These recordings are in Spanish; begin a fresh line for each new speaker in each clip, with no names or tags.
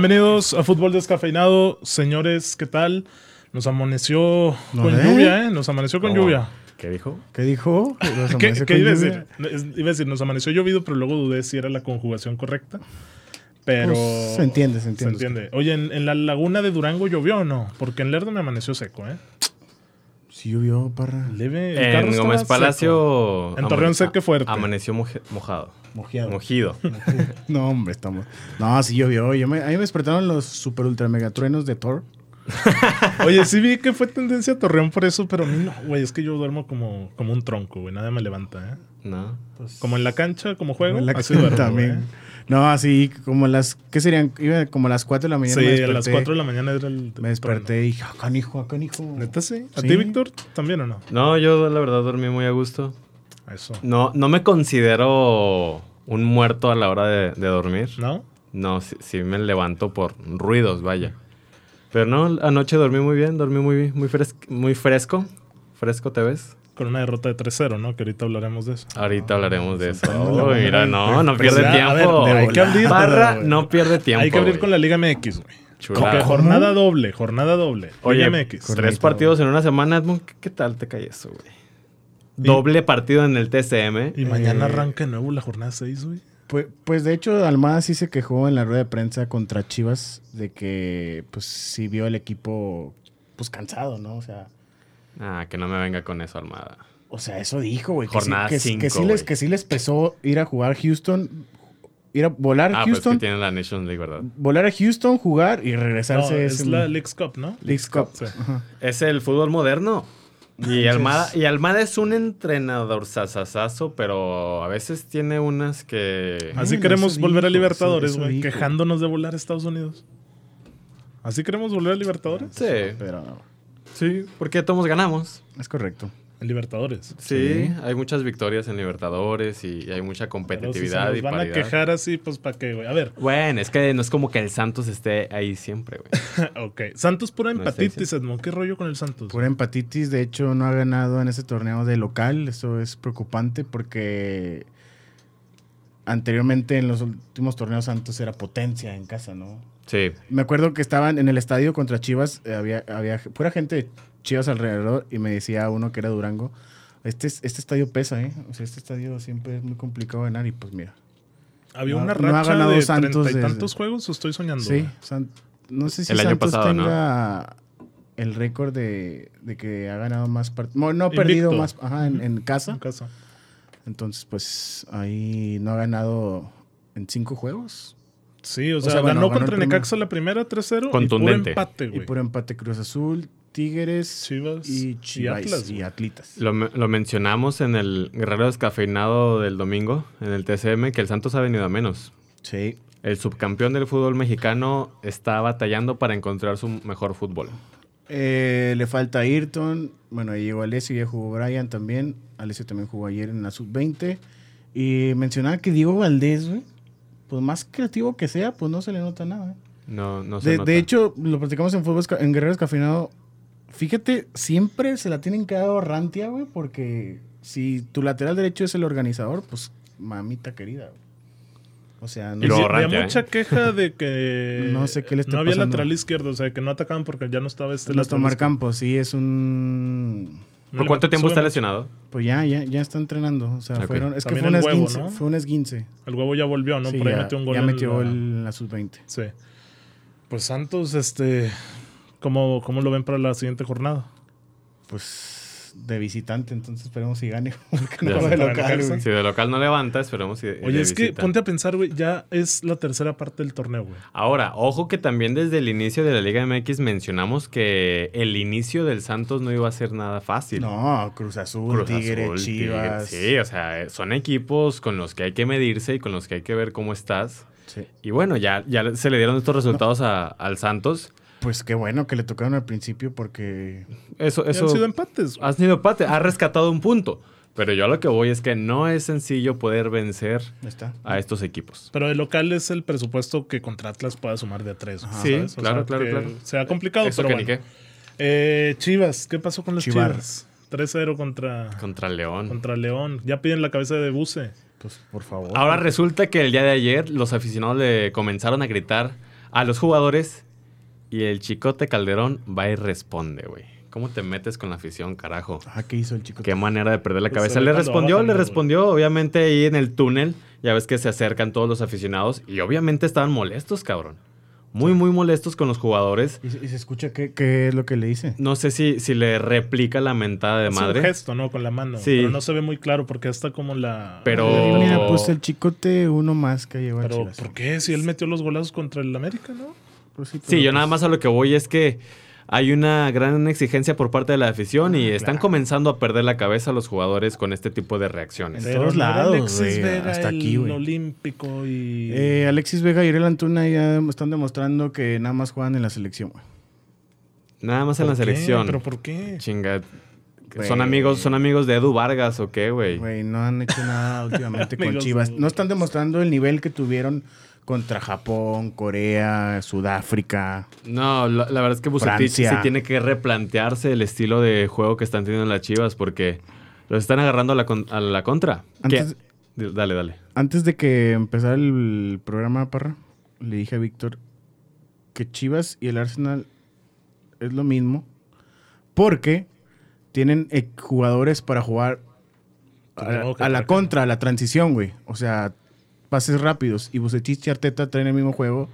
Bienvenidos a Fútbol Descafeinado. Señores, ¿qué tal? Nos amaneció
No,
con
¿eh?
lluvia, ¿eh? Nos amaneció con
¿Cómo?
lluvia.
Oh, ¿Qué dijo?
¿Qué dijo? Los
¿Qué,
amaneció
qué
con
iba a decir?
lluvia.
Es- Iba a decir, nos amaneció llovido, pero luego dudé si era la conjugación correcta. Pero.
Pues, se entiende, se entiende.
Se entiende. Oye, ¿en, en la laguna de Durango llovió o no? Porque en Lerdo me amaneció seco, ¿eh?
Sí llovió, parra.
Leve. el carro
En
estaba
Gómez
seco.
Palacio.
En Torreón
amane-
sé que fuerte.
Amaneció moje- mojado.
Mojeado.
Mojido.
No, hombre, estamos. No, sí llovió. Yo me- a mí me despertaron los super ultra mega truenos de Thor.
Oye, sí vi que fue tendencia a Torreón por eso, pero a mí no, güey. Es que yo duermo como, como un tronco, güey. Nada me levanta, ¿eh?
¿No?
Como en la cancha, como juego.
Pues, En la
así
que-
duermo, ¿eh?
también.
güey.
No, así como las. ¿Qué serían? Iba como a las 4 de la mañana.
Sí,
me
a las
desperté.
4 de la mañana era el.
Me desperté y dije, ah, canijo, ah, canijo.
¿Neta sí? ¿A
Sí.
ti, Víctor? ¿También o no?
No, yo la verdad dormí muy a gusto.
Eso.
No, no me considero un muerto a la hora de, de dormir.
¿No?
No, sí, sí me levanto por ruidos, vaya. Pero no, anoche dormí muy bien, dormí muy, muy, fresc- muy fresco. Fresco te ves.
Con una derrota de 3-0, ¿no? Que ahorita hablaremos de eso.
Ahorita hablaremos de eso.
soltando la
Uy,
mano
mira,
y-
no, no
Pues
pierde
ya, a ver,
tiempo.
de- hay que abrir-
Barra
güey.
no pierde tiempo.
Hay que abrir
güey.
con la Liga MX, güey.
Chulada.
Porque Jornada doble, jornada doble.
Oye,
Liga MX.
correcto.
Tres partidos en una semana, Edmond, ¿qué, qué tal te cae eso, güey? Doble partido en el TCM.
Y mañana
Eh,
arranca de nuevo la jornada 6, güey.
Pues, pues, de hecho, Almada sí se quejó en la rueda de prensa contra Chivas de que, pues sí vio el equipo, pues cansado, ¿no? O sea.
Ah, que no me venga con eso, Armada.
O sea, eso dijo, güey. Que, sí,
Jornada
que, sí- que
cinco,
sí les,
güey.
que sí les pesó ir a jugar Houston, ir a volar
Ah,
a
pues que
Houston,
tienen la Nations League, ¿verdad?
volar a Houston, jugar y
No,
regresarse.
es
ese-
la Leagues Cup, ¿no?
Leagues Cup.
Sí.
Es el fútbol moderno. Y Almada, y Almada es un entrenador sasasazo, pero a veces tiene unas que.
Así
Bueno,
queremos
eso
volver a
dijo,
Libertadores,
eso- eso
güey.
dijo.
Quejándonos de volar a Estados Unidos. ¿Así queremos volver a Libertadores?
Sí,
Pero no,
sí, porque todos ganamos.
es correcto.
En Libertadores.
Sí, hay muchas victorias en Libertadores y, y hay
Pero
mucha
si se
competitividad
nos
y
van a
paridad.
quejar así, pues ¿para qué, güey? A ver,
Bueno, es que no es como que el Santos esté ahí siempre, güey.
ok. Santos pura
No está
empatitis, Edmond. ¿Qué rollo con el Santos?
Pura empatitis, de hecho, no ha ganado en ese torneo de local. Eso es preocupante porque anteriormente en los últimos torneos Santos era potencia en casa, ¿no?
Sí.
Me acuerdo que estaban en el estadio contra Chivas, eh, había, había ge- pura gente de Chivas alrededor y me decía uno que era Durango, este, es- este estadio pesa, ¿eh? O sea, este estadio siempre es muy complicado ganar y pues mira.
Había
No-
una
no ha
racha
ganado
de
Santos
treinta y
desde-
tantos juegos o estoy soñando.
Sí,
güey?
San- no sé si
El año
Santos
pasado, ¿no?
tenga el récord de, de que ha ganado más partidos, no ha perdido
Invicto.
más ajá, en, en
En
casa,
casa.
entonces pues ahí no ha ganado en cinco juegos
Sí, o
O
sea,
sea, bueno,
ganó
ganó el
contra
primero.
Necaxa la primera 3-0 y puro
Contundente.
empate, güey.
y por empate Cruz Azul, Tigres
Chivas
y
y
Chivas
Atlas,
y
güey.
Atlitas.
Lo, me- lo mencionamos en el Guerrero Descafeinado del domingo, en el TCM, que el Santos ha venido a menos.
Sí,
El subcampeón del fútbol mexicano está batallando para encontrar su mejor fútbol.
Eh, le falta Ayrton. Bueno, ahí llegó Alessio, ya jugó Brian también. Alessio también jugó ayer en la sub-20. Y mencionaba que Diego Valdés, güey, pues más creativo que sea, pues no se le nota nada. ¿eh?
No, no se
De,
nota.
de hecho, lo platicamos en fútbol Esca- en Guerreros Cafinado. Fíjate, siempre se la tienen que dar a Rantia, güey, porque si tu lateral derecho es el organizador, pues mamita querida, güey. O sea,
Y
Y sí,
no, sé-
lo ¿eh? luego
había
Rantia,
mucha queja de que
No sé qué le está
no había
pasando.
lateral izquierdo, o sea, que no atacaban porque ya no estaba este
no
lateral
tomar
izquierdo.
campo, sí, es un
No
¿Por
le
cuánto
met-
tiempo está
súbeme.
lesionado?
Pues ya, ya, ya está entrenando. O sea,
Ok.
fueron. Es que
También
fue un,
el huevo,
esguince,
¿no?
fue un esguince.
El huevo ya volvió, ¿no?
Sí,
Por ahí
ya,
metió un gol.
ya
en
metió
la-
gol la sub-20.
Sí. Pues Santos, este. ¿Cómo, ¿Cómo lo ven para la siguiente jornada?
Pues de visitante, entonces esperemos si gane. Porque
Ya
no va
sé.
de local, güey.
Si de local no levanta, esperemos. Si eh, de-
Oye,
de
es que
visita.
ponte a pensar, güey, ya es la tercera parte del torneo, güey.
Ahora, ojo que también desde el inicio de la Liga MX mencionamos que el inicio del Santos no iba a ser nada fácil.
No, Cruz Azul,
Cruz
Tigre,
Azul, Tigre,
Chivas.
Sí, o sea, eh, son equipos con los que hay que medirse y con los que hay que ver cómo estás.
Sí.
Y bueno, ya, ya se le dieron estos resultados a- al Santos.
Pues qué bueno que le tocaron al principio porque.
Eso,
Y
eso.
Han sido em- empates, güey.
Ha sido parte, ha rescatado un punto. Pero yo a lo que voy es que no es sencillo poder vencer
Está.
a estos equipos.
Pero el local es el presupuesto que contra Atlas pueda sumar de a tres. güey,
Ajá.
Sí,
¿sabes? O
claro,
sea,
claro,
que
claro.
Se ha complicado,
Eso
pero
que
bueno.
ni qué.
Eh, Chivas, ¿qué pasó con los
Chivar.
Chivas? 3-0 contra,
Contra León.
contra León. Ya piden la cabeza de Buce.
Pues por favor.
Ahora resulta que el día de ayer los aficionados le comenzaron a gritar a los jugadores y el chicote Calderón va y responde, güey. ¿Cómo te metes con la afición, carajo?
Ah, ¿qué hizo el chico?
Qué manera de perder la
Pues,
cabeza. Le
ahorita lo
respondió,
bajan,
le
güey.
respondió, obviamente ahí en el túnel, ya ves que se acercan todos los aficionados y obviamente estaban molestos, cabrón. Muy, muy molestos con los jugadores.
Y, se- y se escucha qué, qué es lo que le dice.
No sé si, si le replica la mentada de
Es un
madre.
gesto, ¿no? Con la mano.
Sí.
Pero no se ve muy claro porque está como la.
Pero-
Y Mira, pues el chicote uno más que lleva el
Pero,
chilazo.
¿por qué? Si él metió los golazos contra el América, ¿no?
Pues sí,
Sí,
pero
yo
pues-
nada más a lo que voy es que hay una gran exigencia por parte de la afición
Ah,
y están comenzando a perder la cabeza los jugadores con este tipo de reacciones.
En todos
no era
lados, güey,
Alexis Vega,
hasta
el
aquí, güey.
Olímpico y.
Eh, Alexis Vega y Ariel Antuna ya están demostrando que nada más juegan en la selección, güey.
Nada más
¿Por
en la
qué?
selección.
¿Pero por qué?
Chinga.
Güey.
Son amigos, son amigos de Edu Vargas o qué, güey.
Güey, no han hecho nada últimamente con
Amigos,
Chivas.
güey.
No están demostrando el nivel que tuvieron contra Japón, Corea, Sudáfrica.
No, la, la verdad es que Bucetich sí
Francia.
tiene que replantearse el estilo de juego que están teniendo las Chivas porque los están agarrando a la, con- a la contra. ¿Qué?
Antes-
D- Dale, dale.
Antes de que empezara el programa, Parra, le dije a Víctor que Chivas y el Arsenal es lo mismo porque tienen eh, jugadores para jugar a,
Pues Ni modo que
a la
ataque.
contra, a la transición, güey. O sea, pases rápidos. Y Bucetich y Arteta traen el mismo juego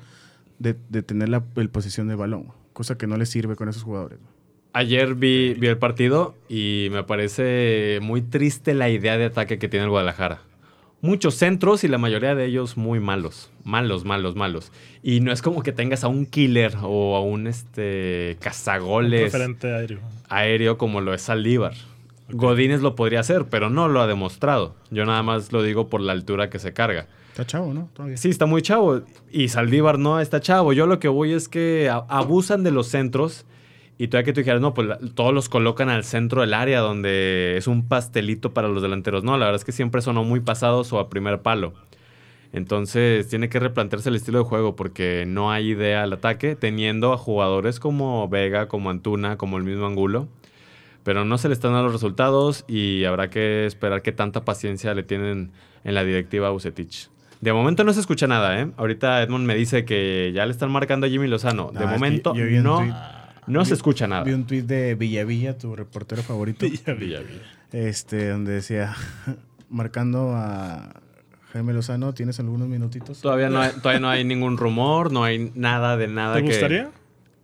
de, de tener la el posesión del balón, güey. cosa que no les sirve con esos jugadores. güey.
Ayer vi, vi el partido y me parece muy triste la idea de ataque que tiene el Guadalajara. Muchos centros y la mayoría de ellos muy malos. Malos, malos, malos. Y no es como que tengas a un killer o a un este cazagoles
Referente aéreo.
aéreo como lo es Saldívar. Godínez lo podría hacer, pero no lo ha demostrado. Yo nada más lo digo por la altura que se carga.
Está chavo, ¿no? Todavía.
Sí, está muy chavo. Y Saldívar no está chavo. Yo lo que voy es que a- abusan de los centros. Y todavía que tú dijeras, no, pues la- todos los colocan al centro del área donde es un pastelito para los delanteros. No, la verdad es que siempre son o muy pasados o a primer palo. Entonces tiene que replantearse el estilo de juego porque no hay idea al ataque, teniendo a jugadores como Vega, como Antuna, como el mismo Angulo. Pero no se le están dando los resultados y habrá que esperar qué tanta paciencia le tienen en la directiva a Bucetich. De momento no se escucha nada, ¿eh? Ahorita Edmond me dice que ya le están marcando a Jimmy Lozano.
Ah,
De
es que
momento
yo vi un
no,
tuit-
no
vi-
se escucha nada.
Vi un tuit de Villavilla, tu reportero favorito. Este, donde decía, marcando a Jaime Lozano, ¿tienes algunos minutitos?
Todavía no, hay, todavía no hay ningún rumor, no hay nada de nada
¿Te
que...
gustaría?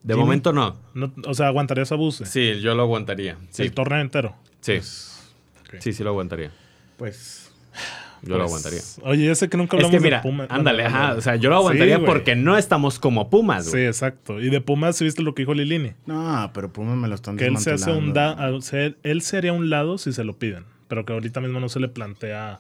De
Jimmy?
momento no.
No, o sea, ¿aguantarías abuso?
Sí, yo lo aguantaría. Sí,
El torneo entero.
sí,
Ok.
sí, sí lo aguantaría.
Pues,
Yo lo
Pues,
aguantaría.
Oye, ya sé que nunca
Es
hablamos
que mira,
de Pumas. Bueno,
ándale,
bueno,
ajá.
bueno.
O sea, yo lo aguantaría
Sí, güey.
porque no estamos como Pumas,
Sí,
güey.
exacto. Y de Pumas, ¿sí ¿viste lo que dijo Lilini?
no, pero Pumas me lo están
Que él se hace un da,
desmantelando.
a- se- él se haría un lado si se lo piden, pero que ahorita mismo no se le plantea.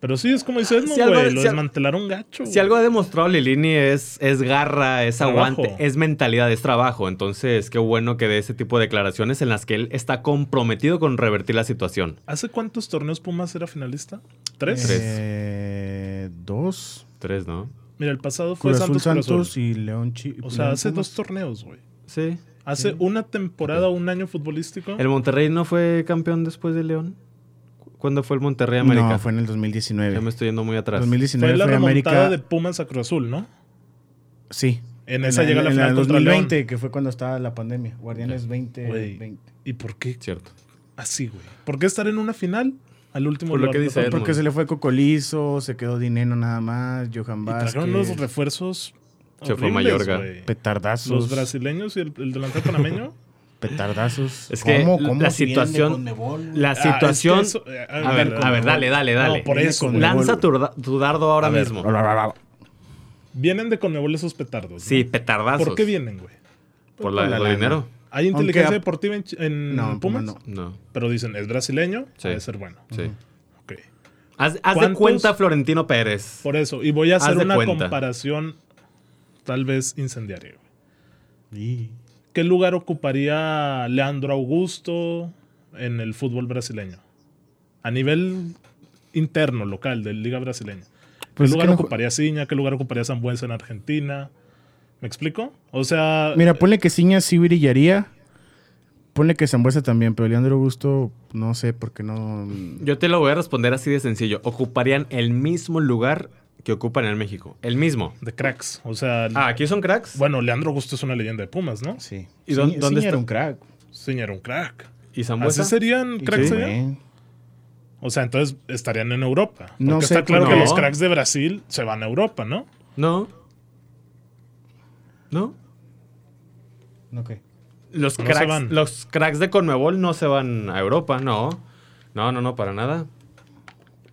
Pero sí, es como dices, no,
Ah, Si algo-
güey, lo
si al-
desmantelaron gacho.
Si
güey.
algo ha demostrado Lilini es, es garra, es
Trabajo.
aguante, es mentalidad, es trabajo. Entonces, qué bueno que de ese tipo de declaraciones en las que él está comprometido con revertir la situación.
¿Hace cuántos torneos Pumas era finalista? ¿Tres?
Tres.
Eh, dos.
Tres, ¿no?
Mira, el pasado fue
Cruz Azul,
Santos, Cruz
Santos,
Azul.
y León Chi-
O sea,
León
hace
Pumas.
dos torneos, güey.
Sí.
Hace una temporada, un año futbolístico.
¿El Monterrey no fue campeón después de León? ¿Cu- ¿Cuándo fue el Monterrey América?
No, fue en el 2019.
Ya me estoy yendo muy atrás.
2019
Fue la
fue,
remontada
América.
de Pumas a Cruz Azul, ¿no?
Sí.
En esa llega la
en
final contra
2020,
León.
que fue cuando estaba la pandemia. Guardianes 20,
Güey.
20.
¿Y por qué
Cierto.
así, güey? ¿Por qué estar en una final al último
Por lo
lugar
que
de
dice
la-
él.
Porque se le fue Cocolizo, se quedó Dineno nada más, Johan
Y
Vázquez.
trajeron los refuerzos.
Se fue
horribles,
Mayorga.
güey.
Petardazos.
Los brasileños y el, el delantero panameño.
Petardazos.
Es que la
si viene
situación-
con Conmebol, güey?
La situación.
Ah, es que eso- eh,
A ver,
con-
a ver, dale, dale, dale.
No, por
Viene
eso.
con
güey.
la-
Lanza tu, da- tu dardo ahora
A ver,
mismo.
Bla, bla, bla, Pues bla.
Vienen de Conmebol esos petardos.
Sí,
¿no?
petardazos.
¿Por qué vienen, güey?
¿Por la,
Por la
lo
lana.
dinero?
Hay inteligencia
Aunque a-
deportiva en, Ch- en
No, en
Pumas,
Pumas no.
No,
pero dicen, es brasileño,
Sí.
debe ser bueno.
sí.
Ok.
Haz, haz de
¿Cuántos?
cuenta Florentino Pérez.
Por eso, y voy a
Haz
hacer
de
una
cuenta.
comparación tal vez incendiaria. güey.
Y-
¿Qué lugar ocuparía Leandro Augusto en el fútbol brasileño? A nivel interno, local, de Liga Brasileña. ¿Qué
Pues es que
lugar
no-
ocuparía Ciña? ¿Qué lugar ocuparía Sambuesa en Argentina? ¿Me explico? O sea,
Mira, ponle que Ciña sí brillaría. Ponle que Zambuesa también, pero Leandro Augusto, no mm, sé por qué no.
Yo te lo voy a responder así de sencillo. Ocuparían el mismo lugar que ocupan en México. El mismo.
de cracks. O sea,
Ah, aquí son cracks.
bueno, Leandro Augusto es una leyenda de Pumas, ¿no?
Sí.
¿Y dó-
Sí,
dónde
sí,
está?
era un crack.
Sí, era un crack.
y
¿Así
Zambuesa.
serían cracks
sí,
allá?
Güey.
O sea, entonces estarían en Europa. Porque
No sé
está claro
cómo-
que
No.
los cracks de Brasil se van a Europa, ¿no?
No. No.
¿No qué?
Los
No se
cracks,
van.
los cracks de Conmebol no se van a Europa, no. No, no, no, para nada.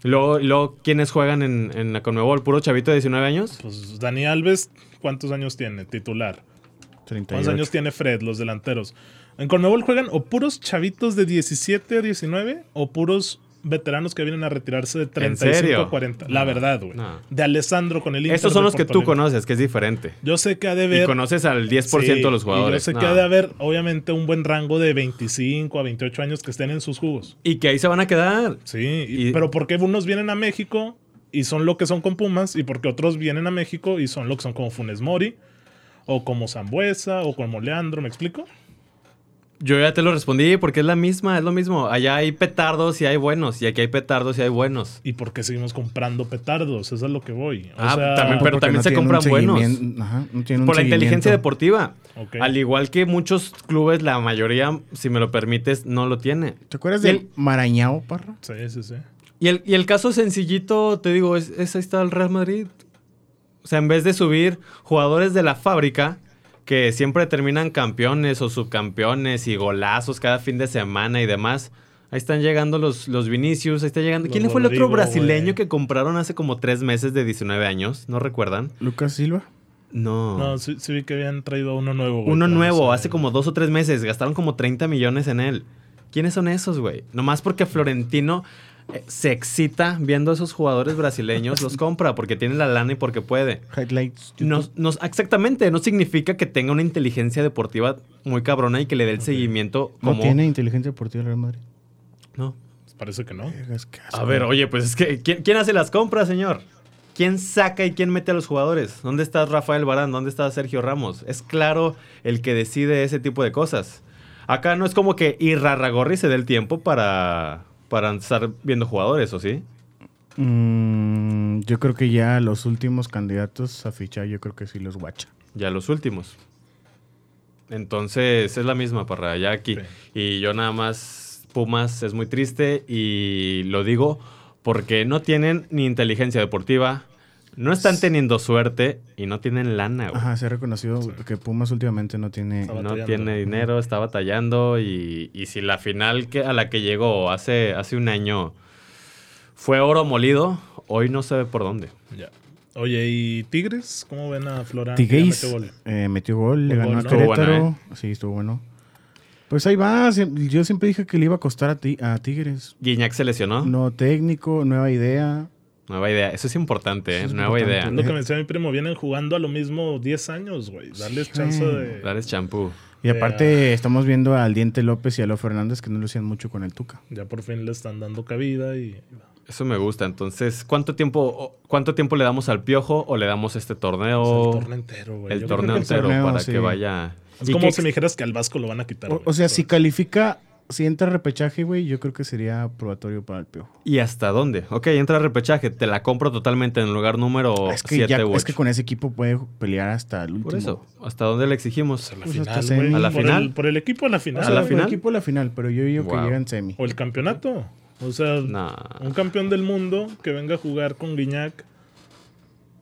Luego, luego ¿quiénes juegan en, en la Conmebol? ¿Puro chavito de 19 años?
Pues Dani Alves, ¿cuántos años tiene? Titular.
38.
¿Cuántos años tiene Fred, los delanteros? En Conmebol juegan o puros chavitos de 17 a 19 o puros veteranos que vienen a retirarse de
serio?
35 a 40. La verdad, güey.
no.
De Alessandro con el Inter
Estos son
de
los que
Porto
tú
Alegre.
conoces, que es diferente.
Yo sé que ha de
Y
haber...
conoces al 10%
Sí,
de los jugadores.
Y yo sé que
No.
ha de haber, obviamente, un buen rango de 25 a 28 años que estén en sus jugos.
Y que ahí se van a quedar.
Sí, y-
Y-
pero ¿por qué unos vienen a México y son lo que son con Pumas? ¿Y por qué otros vienen a México y son lo que son como Funes Mori? ¿O como Zambuesa? ¿O como Leandro? ¿Me explico?
Yo ya te lo respondí porque es la misma, es lo mismo. Allá hay petardos y hay buenos. Y aquí hay petardos y hay buenos.
¿Y por qué seguimos comprando petardos? Eso es lo que voy. O
Ah,
sea,
también, pero- también se
tienen
compran
un
buenos.
seguimiento- Ajá, no tienen un
Por la inteligencia
seguimiento.
deportiva.
Ok.
Al igual que muchos clubes, la mayoría, si me lo permites, no lo tiene.
¿Te acuerdas
Y
del
el-
Marañao, parra?
Sí, sí, sí.
Y el, y el caso sencillito, te digo, es, es ahí está el Real Madrid. O sea, en vez de subir jugadores de la fábrica, que siempre terminan campeones o subcampeones y golazos cada fin de semana y demás. Ahí están llegando los, los Vinicius, ahí está llegando.
Los
¿Quién fue el otro
Rodrigo,
brasileño
güey.
que compraron hace como tres meses de 19 años? ¿No recuerdan?
Lucas Silva.
No.
No, sí, sí vi que habían traído uno nuevo. güey,
Uno
pero no
nuevo,
sé.
hace como dos o tres meses, gastaron como 30 millones en él. ¿Quiénes son esos, güey? Nomás porque Florentino eh, se excita viendo a esos jugadores brasileños, los compra porque tiene la lana y porque puede.
Highlights. YouTube.
No, no- exactamente, no significa que tenga una inteligencia deportiva muy cabrona y que le dé el seguimiento
No
como...
tiene inteligencia deportiva el Real Madrid.
No.
Parece que no.
Vergas, qué asco.
A ver, oye, pues es que, ¿quién, quién hace las compras, señor? ¿Quién saca y quién mete a los jugadores? ¿Dónde está Rafael Barán? ¿Dónde está Sergio Ramos? Es claro el que decide ese tipo de cosas. Acá no es como que Irarragorri se dé el tiempo para, para estar viendo jugadores, ¿o sí?
Mm, yo creo que ya los últimos candidatos a fichar, yo creo que sí los guacha.
Ya los últimos. Entonces, es la misma para allá aquí.
Sí.
Y yo nada más, Pumas es muy triste y lo digo porque no tienen ni inteligencia deportiva, no están teniendo suerte y no tienen lana, Ah, güey.
Ajá, se ha reconocido que Pumas últimamente no tiene.
Estaba-
No
batallando.
tiene dinero, está batallando y, y si la final que, a la que llegó hace, hace un año fue oro molido, hoy no se ve por dónde.
Ya. Oye, ¿y Tigres? ¿Cómo ven a
Ah,
Florán?
Tigueis
Ya metió gol.
eh, metió gol, le
Fue
ganó
gol,
a
¿no?
Estuvo eh. buena,
Querétaro. Sí, estuvo bueno. Pues ahí va. se- Yo siempre dije que le iba a costar a, ti, a Tigres.
Guiñac se lesionó.
No técnico, nueva idea.
Nueva idea. Eso es importante,
Eso
¿eh?
es
Nueva
importante.
Es
idea.
lo que me decía mi primo, vienen jugando a lo mismo 10 años, güey. Darles
Sí,
chance
güey.
de...
Darles champú.
Y aparte, estamos viendo al Diente López y a Lo Fernández que no lo hacían mucho con el Tuca.
Ya por fin le están dando cabida y...
Eso me gusta. Entonces, ¿cuánto tiempo, o- cuánto tiempo le damos al piojo o le damos este torneo?
O sea, el torneo entero, güey.
El
Yo creo
torneo
que
el
entero
torneo,
para
sí.
que vaya.
Es
Y
como
que-
si me dijeras que al Vasco lo van a quitar.
O,
güey.
o
pues,
sea, si
Pero-
califica, si entra repechaje, güey, yo creo que sería probatorio para el Piojo.
¿Y hasta dónde? Ok, entra repechaje. Te la compro totalmente en el lugar número
Ah, es, que
7
ya-
Oh, u 8.
es que con ese equipo puede pelear hasta el último.
Por eso. ¿Hasta dónde le exigimos?
A la
Pues hasta
final, güey.
semi.
¿A la
Por
final?
el- por el equipo a la final.
O
¿A
sea,
la
por
final?
el equipo a la final, pero yo digo que
Wow.
llega en semi.
O el campeonato. O sea,
Nah.
un campeón del mundo que venga a jugar con Guiñac,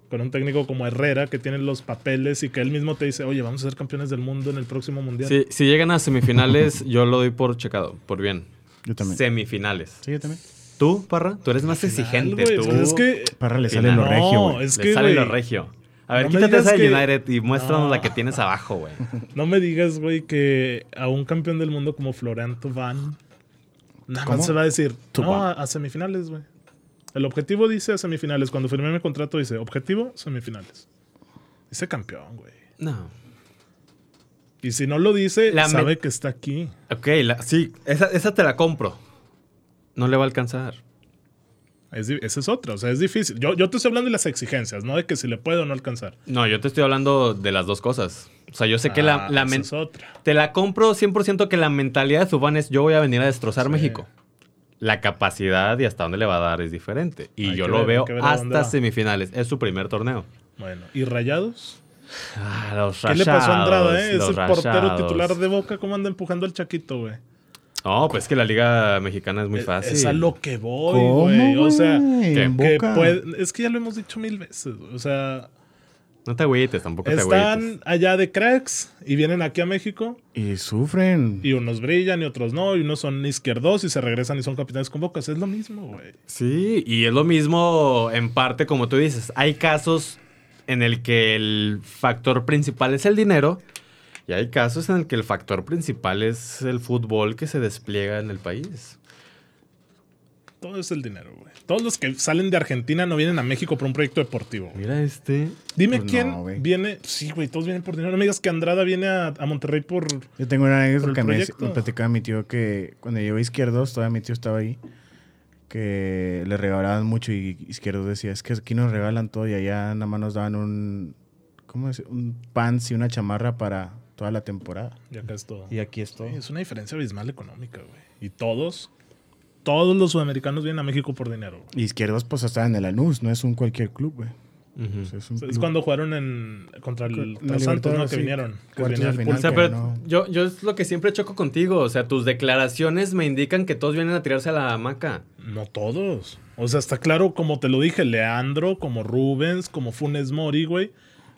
con un técnico como Herrera que tiene los papeles y que él mismo te dice, oye, vamos a ser campeones del mundo en el próximo mundial.
Si, si llegan a semifinales, yo lo doy por checado, por bien.
Yo también.
Semifinales.
Sí, yo también.
¿Tú, Parra? Tú eres más
Final,
exigente.
güey.
tú
Pues es que
Parra le
Final.
sale lo
No,
regio, güey.
es
le
que,
sale lo
güey,
regio. A ver,
no me
quítate esa de
digas que-
United y muéstranos
No.
la que tienes abajo, güey.
No me digas, güey, que a un campeón del mundo como Florian Van nada
¿Cómo?
más se va a decir, no,
Thauvin.
a, a semifinales, güey. El objetivo dice a semifinales. Cuando firmé mi contrato dice, objetivo, semifinales. Dice campeón, güey.
No.
Y si no lo dice,
La me-
sabe que está aquí.
Ok, la- sí, esa, esa te la compro. No le va a alcanzar.
Es di- esa es otra, o sea, es difícil. Yo, yo te estoy hablando de las exigencias, no de que si le puedo o no alcanzar.
No, yo te estoy hablando de las dos cosas. O sea, yo sé que la,
Ah,
la
esa
men-
es otra.
te la compro 100% que la mentalidad de Zubán es yo voy a venir a destrozar México. la capacidad y hasta dónde le va a dar es diferente. Y
Hay
yo
que
lo
ver, hay
veo
que ver a dónde
hasta
va.
semifinales. Es su primer torneo.
Bueno, ¿y Rayados?
Ah, los
¿Qué le pasó a Andrada, eh?
los
Ese portero
rayados.
titular de Boca, ¿cómo anda empujando al Chaquito, güey?
No, pues que la liga mexicana es muy
E-
fácil.
Es a lo que voy, güey. O sea,
güey? En
que
Boca.
puede- es que ya lo hemos dicho mil veces. güey. O sea,
No te agüites, tampoco te agüites.
están allá de cracks y vienen aquí a México
Y sufren.
y unos brillan y otros no, y unos son izquierdos y se regresan y son capitanes con bocas. Es lo mismo, güey.
Sí, y es lo mismo en parte como tú dices. Hay casos en el que el factor principal es el dinero y hay casos en el que el factor principal es el fútbol que se despliega en el país.
Todo es el dinero, güey. Todos los que salen de Argentina no vienen a México por un proyecto deportivo. güey.
Mira este.
Dime
Pues
quién
no, güey.
viene. Sí, güey, todos vienen por dinero. No me digas que Andrada viene a, a Monterrey por.
Yo tengo una anécdota
Por
que
el
me,
proyecto.
me platicaba mi tío que cuando llegó Izquierdos, todavía mi tío estaba ahí, que le regalaban mucho y Izquierdos decía, es que aquí nos regalan todo y allá nada más nos daban un, ¿cómo es? Un pants y una chamarra para toda la temporada.
Y acá es todo.
Y aquí es todo.
Sí, Es una diferencia abismal económica, güey. Y todos, todos los sudamericanos vienen a México por dinero. güey.
Y Izquierdos pues estaba en el Anús, no es un cualquier club, güey.
Ujú.
O sea, es un
O sea, Es
club.
cuando jugaron en contra el
Con-
contra
la
Santos, ¿no?
Libertadores,
Que
sí.
vinieron. Que
Cuartos
venía
de
el
final.
O sea,
que
pero
no.
yo, yo es lo que siempre choco contigo. O sea, tus declaraciones me indican que todos vienen a tirarse a la hamaca.
Pulse. Pues, No todos. O sea, está claro, como te lo dije, Leandro, como Rubens, como Funes Mori, güey,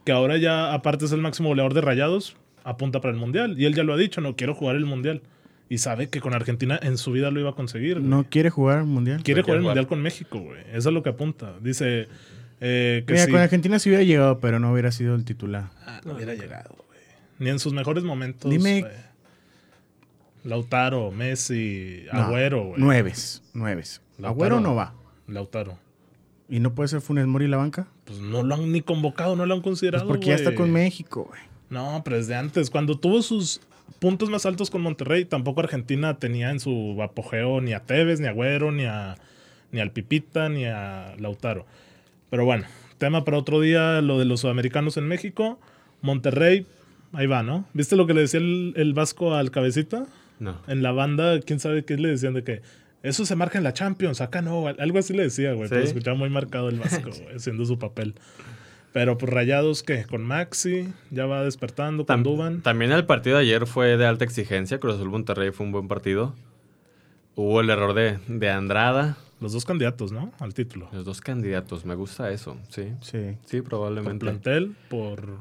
que ahora ya aparte es el máximo goleador de Rayados, apunta para el Mundial. Y él ya lo ha dicho, no quiero jugar el Mundial. Y sabe que con Argentina en su vida lo iba a conseguir. güey.
No quiere jugar al mundial.
quiere
no quiere
jugar el
jugar.
Mundial con México, güey. Eso es lo que apunta. Dice eh, que
Mira,
sí.
con Argentina sí hubiera llegado, pero no hubiera sido el titular.
Ah, no hubiera llegado, güey. Ni en sus mejores momentos.
Dime-
güey. Lautaro, Messi,
No,
Agüero, güey.
Nueves, nueves.
Lautaro.
Agüero no va.
Lautaro.
¿Y no puede ser Funes Mori la banca?
Pues no lo han ni convocado, no lo han
Pues
considerado.
porque ya está
güey.
con México, güey.
No, pero desde antes. Cuando tuvo sus puntos más altos con Monterrey, tampoco Argentina tenía en su apogeo ni a Tevez, ni a Agüero, ni a ni al Pipita, ni a Lautaro. Pero bueno, tema para otro día, lo de los sudamericanos en México. Monterrey, ahí va, ¿no? ¿Viste lo que le decía el, el Vasco al cabecita?
No.
En la banda, quién sabe qué le decían de que eso se marca en la Champions, acá no, algo así le decía, güey.
Sí.
Pero escuchaba muy marcado el Vasco, güey, haciendo su papel. Pero pues rayados que con Maxi, ya va despertando, con
Tam-
Duban.
También el partido de ayer fue de alta exigencia. Cruz Azul Monterrey fue un buen partido. Hubo el error de, de Andrada.
Los dos candidatos, ¿no? Al título.
Los dos candidatos, me gusta eso, sí.
Sí.
Sí,
Por
probablemente.
plantel, por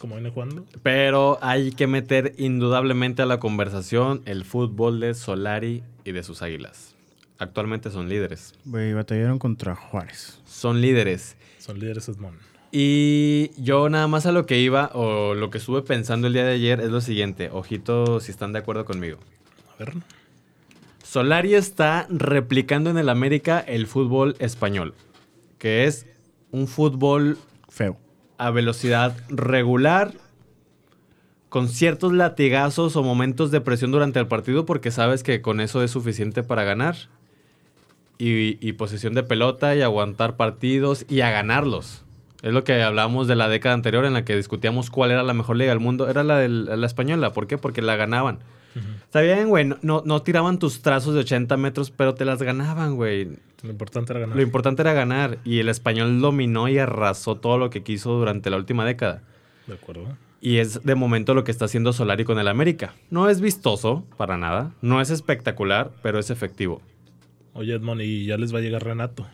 cómo viene jugando.
Pero hay que meter indudablemente a la conversación el fútbol de Solari y de sus águilas. Actualmente son líderes.
Güey, batallaron contra Juárez.
Son líderes.
Son líderes Edmond.
Y yo nada más a lo que iba o lo que estuve pensando el día de ayer es lo siguiente. Ojito si están de acuerdo conmigo.
A ver,
Solari está replicando en el América el fútbol español, que es un fútbol
Feo.
a velocidad regular, con ciertos latigazos o momentos de presión durante el partido, porque sabes que con eso es suficiente para ganar. Y, y posesión de pelota y aguantar partidos y a ganarlos. Es lo que hablábamos de la década anterior en la que discutíamos cuál era la mejor liga del mundo. Era la, del- la española. ¿Por qué? Porque la ganaban. Está bien, güey. no- No, no tiraban tus trazos de 80 metros, pero te las ganaban, güey.
lo importante era ganar.
Lo importante era ganar y el español dominó y arrasó todo lo que quiso durante la última década.
De acuerdo.
Y es de momento lo que está haciendo Solari con el América. No es vistoso para nada, no es espectacular, pero es efectivo.
Oye, Edmond, y ya les va a llegar Renato.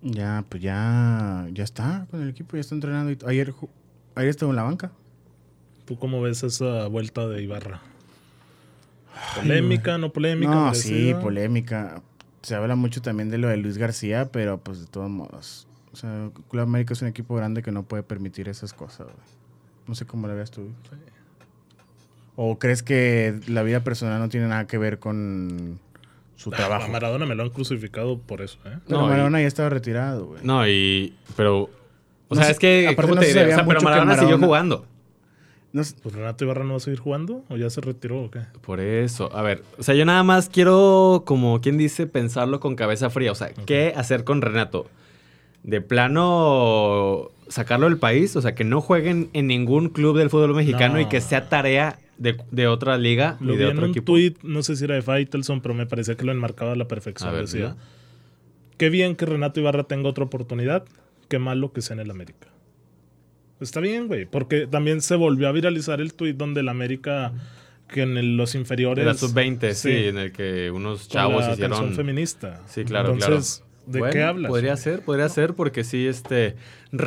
Ya, pues ya, ya está con el equipo, ya está entrenando. y t- Ayer, ju- ayer estuvo en la banca.
¿Tú cómo ves esa vuelta de Ibarra? ¿Polémica, no polémica?
no, sí,
merecida?
polémica. Se habla mucho también de lo de Luis García, pero pues de todos modos. O sea, Club América es un equipo grande que no puede permitir esas cosas, güey. No sé cómo la veas tú. ¿O crees que la vida personal no tiene nada que ver con su
A
trabajo?
Ah, Maradona me lo han crucificado por eso, ¿eh?
Pero
No, y-
Maradona ya estaba retirado, güey.
No, y. Pero. O
No
sea,
sé-
es que.
aparte
¿cómo
no
te
se
diré? O
sabía
sea,
mucho
pero
que
Maradona, siguió
Maradona-
jugando.
No sé-
¿Pues Renato Ibarra no va a seguir jugando? ¿O ya se retiró o qué?
Por eso. A ver, o sea, yo nada más quiero, como quien dice, pensarlo con cabeza fría. O sea, ¿qué hacer con Renato? De plano, sacarlo del país, o sea, que no jueguen en ningún club del fútbol mexicano
No.
y que sea tarea de, de otra liga
Lo
y
vi
de
en
otro
un
equipo.
tweet, no sé si era de Faitelson, pero me parecía que lo enmarcaba a la perfección.
A ver,
decía,
mira.
qué bien que Renato Ibarra tenga otra oportunidad, qué malo que sea en el América. Está bien, güey, porque también se volvió a viralizar el tweet donde el América, que en el- los inferiores...
De la sub-20, sí.
Sí.
en el que unos
con
chavos
la canción
hicieron.
feminista.
Sí, claro,
Entonces, ¿de
Bueno,
qué hablas?
Podría ser, podría ser, porque sí este,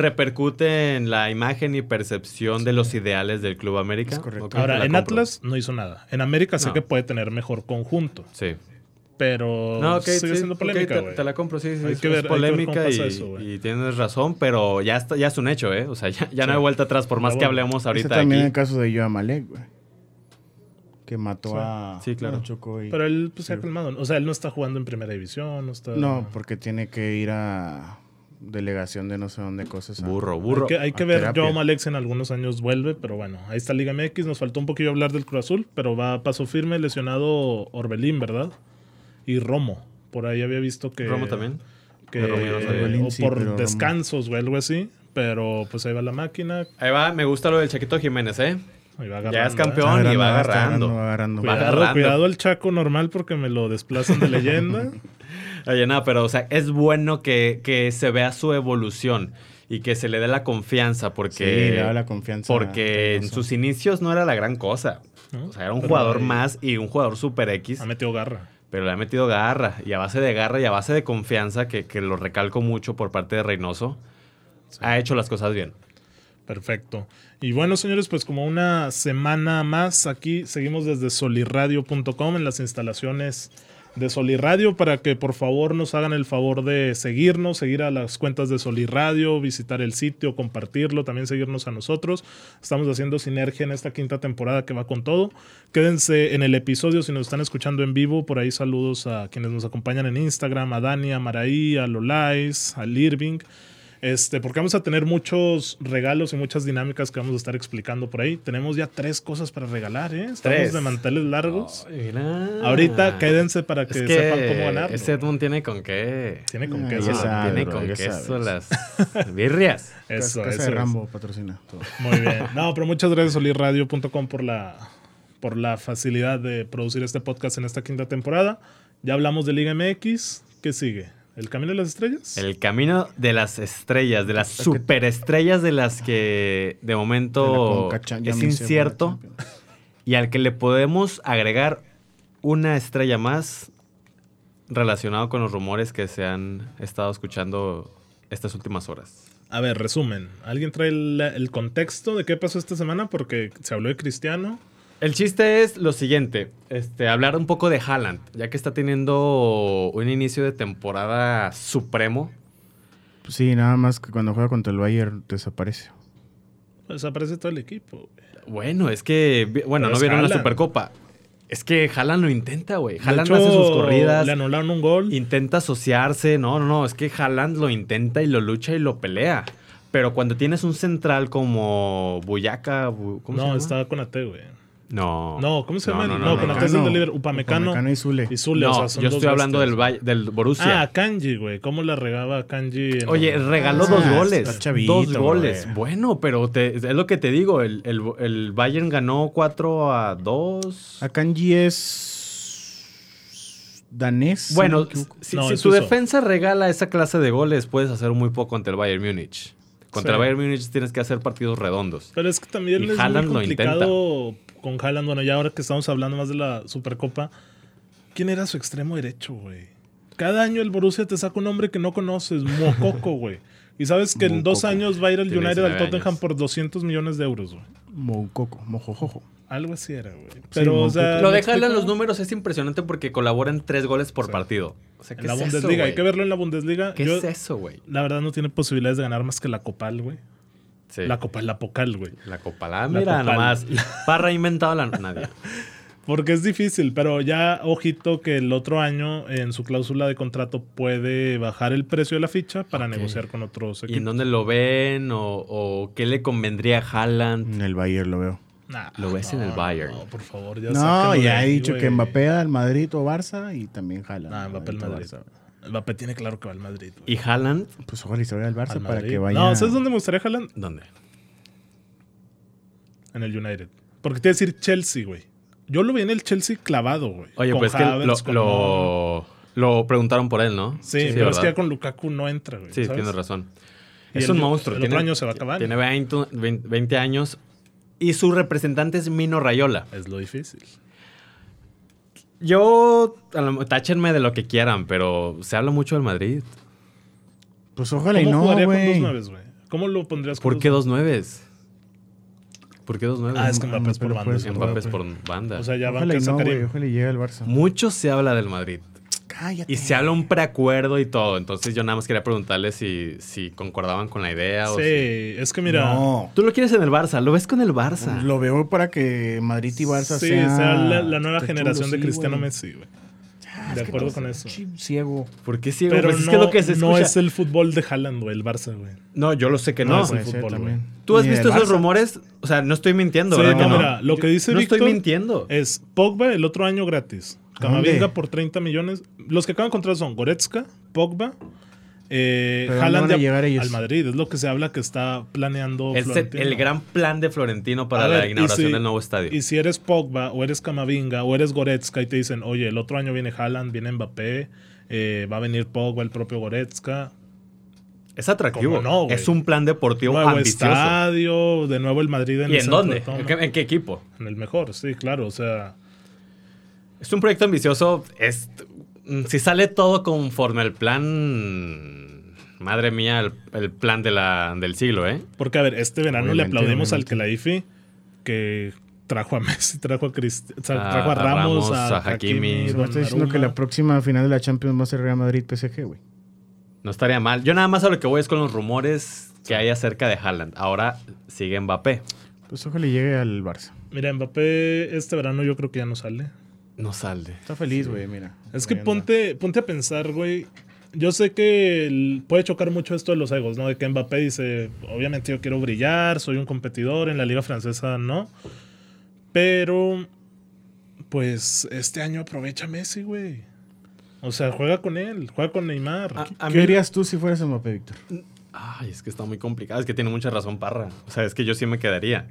repercute en la imagen y percepción de los ideales del Club América.
Es correcto.
Ok, te
Ahora,
la
en
compro.
Atlas no hizo nada. En América sé
No.
que puede tener mejor conjunto,
Sí.
pero
No, ok,
sigue
sí,
siendo
ok,
polémica,
te-
güey.
te, la compro, sí, sí,
Hay
es,
que ver-
es
hay que ver
polémica
cómo
y,
pasa eso, güey.
y tienes razón, pero ya, está, ya es un hecho, ¿eh? O sea, ya, ya no hay
Sí.
vuelta atrás, por
Pero
más que
bueno,
hablemos
Ese
ahorita
también
aquí.
el caso de Joa Malek, güey. Que mató
Sí.
a.
Sí, claro.
bueno, chocó y-
Pero él pues, se ha
Sí.
calmado. O sea, él no está jugando en primera división, no está.
No, porque tiene que ir a delegación de no sé dónde cosas. a-
Burro, burro.
Hay que, hay que
a
ver,
terapia.
Joao Alex en algunos años vuelve, pero bueno, ahí está Liga MX. Nos faltó un poquillo hablar del Cruz Azul, pero va a paso firme, lesionado Orbelín, ¿verdad? Y Romo. Por ahí había visto que.
Romo también.
que-
De Romo, yo no sabía.
Orbelín
o
sí,
por
pero Romo.
descansos o algo así. Pero pues ahí va la máquina.
Ahí va, me gusta lo del Chaquito Jiménez, ¿eh?
ahí va
Ya es
agarrando,
campeón.
¿eh?
León y va
está
agarrando.
va agarrando.
Va
Cuidado,
agarrando.
cuidado el Chaco normal porque me lo desplazan de leyenda.
Oye, nada, pero o sea, es bueno que, que se vea su evolución y que se le dé la confianza porque,
Sí, le da la confianza.
porque en
Reynoso.
sus inicios no era la gran cosa.
¿no?
O sea, era un
Pero
jugador
ahí
más y un jugador super X,
Ha metido garra.
pero le ha metido garra y a base de garra y a base de confianza, que, que lo recalco mucho por parte de Reynoso, ha hecho las cosas bien.
Perfecto. Y bueno, señores, pues como una semana más aquí, seguimos desde solirradio.com en las instalaciones de Solirradio para que por favor nos hagan el favor de seguirnos, seguir a las cuentas de Solirradio, visitar el sitio, compartirlo, también seguirnos a nosotros. Estamos haciendo sinergia en esta quinta temporada que va con todo. Quédense en el episodio si nos están escuchando en vivo, por ahí saludos a quienes nos acompañan en Instagram, a Dani, a Maraí, a Lolais, al Irving. Este, porque vamos a tener muchos regalos y muchas dinámicas que vamos a estar explicando por ahí. Tenemos ya tres cosas para regalar, ¿eh? Estamos
Tres.
de manteles largos.
Ay, mira.
Ah.
Ahorita quédense para que,
Ah. Es
sepan cómo ganar.
Ese Edmund tiene con qué.
Tiene con
Ah,
qué
ya
eso.
sabe,
tiene
bro,
con
ya
queso
sabes.
las birrias.
Eso,
Casa
eso
de
es.
Rambo patrocina todo.
Muy bien. No, pero muchas gracias solirradio.com por la por la facilidad de producir este podcast en esta quinta temporada. Ya hablamos de Liga MX, ¿qué sigue? ¿El camino de las estrellas?
El camino de las estrellas, de las superestrellas de las que de momento
De la Conca Cha- ya
es
me hice
incierto
buena Champions.
y al que le podemos agregar una estrella más relacionado con los rumores que se han estado escuchando estas últimas horas.
A ver, resumen. ¿Alguien trae el, el contexto de qué pasó esta semana? Porque se habló de Cristiano.
El chiste es lo siguiente, este, hablar un poco de Haaland, ya que está teniendo un inicio de temporada supremo.
Pues sí, nada más que cuando juega contra el Bayern desaparece.
Desaparece pues todo el equipo. güey.
Bueno, es que, vi- bueno,
Pero
no
es
vieron la
Haaland.
Supercopa. Es que Haaland lo intenta, güey.
De
Haaland
hecho,
hace sus corridas.
Le anularon un gol.
intenta asociarse, no, no, no, es que Haaland lo intenta y lo lucha y lo pelea. Pero cuando tienes un central como Buyaca, Bu- ¿cómo se
no,
llama?
estaba con AT, güey.
No.
No, ¿cómo se llama?
No, no,
No,
no,
con
no.
AT es el del Liver. Upamecano.
Upamecano y Zule.
Y Zule,
No,
o sea, son
yo
dos
estoy hablando del,
bestias.
Bay- del Borussia.
Ah, Kanji, güey. ¿Cómo la regaba Kanji? en-
Oye, regaló
Ah,
dos
está
goles.
chavito,
dos
bro,
goles.
eh.
Bueno, pero te- es lo que te digo. El, el- el Bayern ganó 4 a 2.
Ah,
Akanji es danés. si no
Bueno,
me equivoco.
si,
No,
si
es
tu
suizo.
defensa regala esa clase de goles, puedes hacer muy poco ante el Bayern Múnich. Contra
Sí.
el Bayern Múnich tienes que hacer partidos redondos.
Pero es que también
Y
es
Haaland lo
muy complicado con Haaland. Bueno, ya ahora que estamos hablando más de la Supercopa, ¿quién era su extremo derecho, güey? Cada año el Borussia te saca un hombre que no conoces, Mococo, güey. Y sabes que en dos
Mococo.
años va a ir el
Tiene
United al
19
Tottenham
años.
por 200 millones de euros, güey.
Mococo, mojojojo.
Algo así era, güey. Pero, o
Mococo.
sea...
Lo
¿me
de Haaland,
explico?
los números es impresionante porque colabora en tres goles por partido. O sea, ¿qué
En la
es eso,
Bundesliga.
güey?
Hay que verlo en la Bundesliga.
¿Qué
Yo,
es eso, güey?
La verdad no tiene posibilidades de ganar más que la Copal, güey.
Sí.
La Copal, la Pocal, güey.
La Copa. la- mira,
Copal.
nomás. Parra ha inventado la... Nadie.
Porque es difícil, pero ya ojito que el otro año en su cláusula de contrato puede bajar el precio de la ficha para
Ok.
negociar con otros
¿Y en
equipos.
dónde lo ven? ¿O, o qué le convendría a Haaland?
Mm.
En el Bayern lo veo.
Nah,
Lo ves en el Bayern.
No, por favor, ya
No,
sáquenlo de
ya he
ahí,
dicho
güey.
que Mbappé al Madrid o Barça y también jala.
Nah, Mbappé al Madrid. Mbappé tiene claro que va al Madrid. güey.
Ah, ¿Y Haaland?
Pues ojalá y se vaya al Barça
Al
para
Madrid.
que vaya.
No, ¿sabes dónde me gustaría Haaland?
¿Dónde?
En el United. Porque te iba a decir Chelsea, güey. Yo lo vi en el Chelsea clavado, güey.
Oye,
Con
pues es que
Havertz,
lo,
con-
lo, lo preguntaron por él, ¿no?
Sí, pero es
¿verdad?
que ya con Lukaku no entra, güey.
Sí,
¿sabes?
tienes razón.
Y
es
el-
un monstruo.
el otro
tiene,
año se va a acabar.
Tiene 20, 20 20 años y su representante es Mino Rayola.
Es lo difícil.
Yo, a lo- táchenme de lo que quieran, pero se habla mucho del Madrid.
Pues ojalá y
¿Cómo
no,
jugaría con dos
güey.
nueves, güey? ¿Cómo lo pondrías con
¿Por
dos
qué dos nueves? ¿Por qué dos nueves?
Ah, es que Mbappé es
Mbappé
por
lo
banda.
puedes
sí,
Mbappé es
güey.
por banda.
O sea, ya van
Ojalá
que
y no,
sacaría.
güey. Ojalá y llegue al Barça.
Mucho se habla del Madrid.
Cállate.
Y se habla un preacuerdo y todo. Entonces yo nada más quería preguntarle si, si concordaban con la idea o si-
Sí, es que mira.
No.
Tú lo quieres en el Barça, lo ves con el Barça.
Lo veo para que Madrid y Barça
sí,
sea,
sea la, la nueva
esté chulo,
generación de
sí,
Cristiano
güey.
Messi, güey.
Ah, es
de
que
acuerdo
todo
con
es
eso.
chi- Ciego.
¿Por qué sí, güey?
Pero
Pues
no,
es que lo que se
no
escucha-
es el fútbol de Haaland, güey, el Barça, güey.
No, yo lo sé que
No,
no.
es el
Puede ser
fútbol,
también.
¿Tú has
Ni del
visto esos
Barça.
rumores? O sea, no estoy mintiendo,
Sí,
¿verdad? que
no,
no?
mira, lo que dice
No estoy
Víctor
mintiendo.
Es Pogba el otro año gratis. Camavinga
¿Dónde?
por 30 millones. Los que acaban de contratar son Goretzka, Pogba, eh,
¿Pero
Haaland
dónde van a
ya-
llegar ellos?
al Madrid. Es lo que se habla que está planeando.
Es el,
Florentino.
el gran plan de Florentino para
A
la
ver, y
inauguración
si-
del nuevo estadio.
Y si eres Pogba o eres Camavinga o eres Goretzka y te dicen, oye, el otro año viene Haaland, viene Mbappé, eh, va a venir Pogba, el propio Goretzka.
es atractivo.
¿Cómo no, güey?
es un plan deportivo
Nuevo
ambicioso.
estadio, de nuevo el Madrid en
¿Y
el
en
centro de
dónde?
toma.
¿En qué, en qué equipo?
En el mejor, sí, claro. O sea,
Es un proyecto ambicioso. Es, mm, si sale todo conforme al plan. Madre mía, el, el plan de la- del siglo, ¿eh?
porque a ver, este verano
Obviamente,
le aplaudimos al
obviamente.
Kelaifi que trajo a Messi, trajo a, Crist- o sea,
A-
trajo a
Ah, a
Ramos,
Ramos,
a,
a Hakimi.
Hakimi.
Pero está diciendo
Donnarumma.
que la próxima final de la Champions va a ser Real Madrid-PSG, güey.
No estaría mal. Yo nada más a lo que voy es con los rumores que hay acerca de Haaland. Ahora sigue Mbappé.
Pues ojalá y llegue al Barça.
Mira, Mbappé este verano yo creo que ya no sale.
No sale.
Está feliz, güey, mira.
Es que
Ahí anda.
ponte, ponte a pensar, güey. Yo sé que el- puede chocar mucho esto de los egos, ¿no? De que Mbappé dice, obviamente yo quiero brillar, soy un competidor en la liga francesa, ¿no? Pero, pues, este año aprovecha Messi, güey. O sea, juega con él, juega con Neymar.
A
¿Qué
mí-
harías tú si fueras Mbappé, Víctor?
Ay, es que está muy complicado. Es que tiene mucha razón Parra. O sea, es que yo sí me quedaría.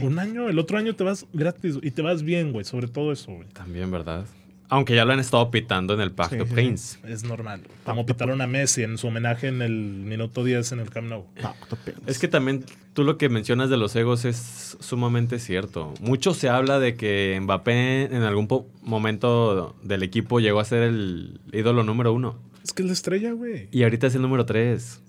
Un año, el otro año te vas gratis y te vas bien, güey. Sobre todo eso, güey.
También, ¿verdad? Aunque ya lo han estado pitando en el Pacto
Sí, pues. sí, sí.
Prince.
Es normal. güey. Como pitaron a Messi en su homenaje en el minuto 10 en el Camp Nou.
Es que también tú lo que mencionas de los egos es sumamente cierto. Mucho se habla de que Mbappé en algún po- momento del equipo llegó a ser el ídolo número uno.
Es que es la estrella, güey.
Y ahorita es el número tres.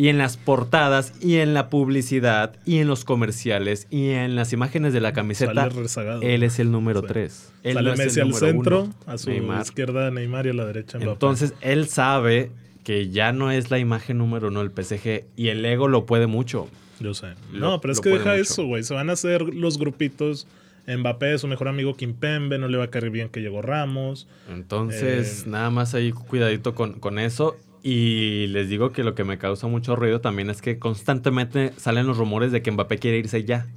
Y en las portadas, y en la publicidad, y en los comerciales, y en las imágenes de la camiseta,
Sale rezagado.
él es el número
Sí.
tres. Él
Sale
no es el
Messi al
número
centro,
uno.
a su
Neymar.
izquierda Neymar y a la derecha Mbappé.
Entonces él sabe que ya no es la imagen número uno del PSG y el ego lo puede mucho.
yo sé.
lo-
no, pero es
lo
que
puede
deja
mucho.
eso, güey. Se van a hacer los grupitos. Mbappé, su mejor amigo Kimpembe, no le va a caer bien que llegó Ramos.
Entonces,
Eh,
nada más ahí cuidadito con, con eso. Y les digo que lo que me causa mucho ruido también es que constantemente salen los rumores de que Mbappé quiere irse ya.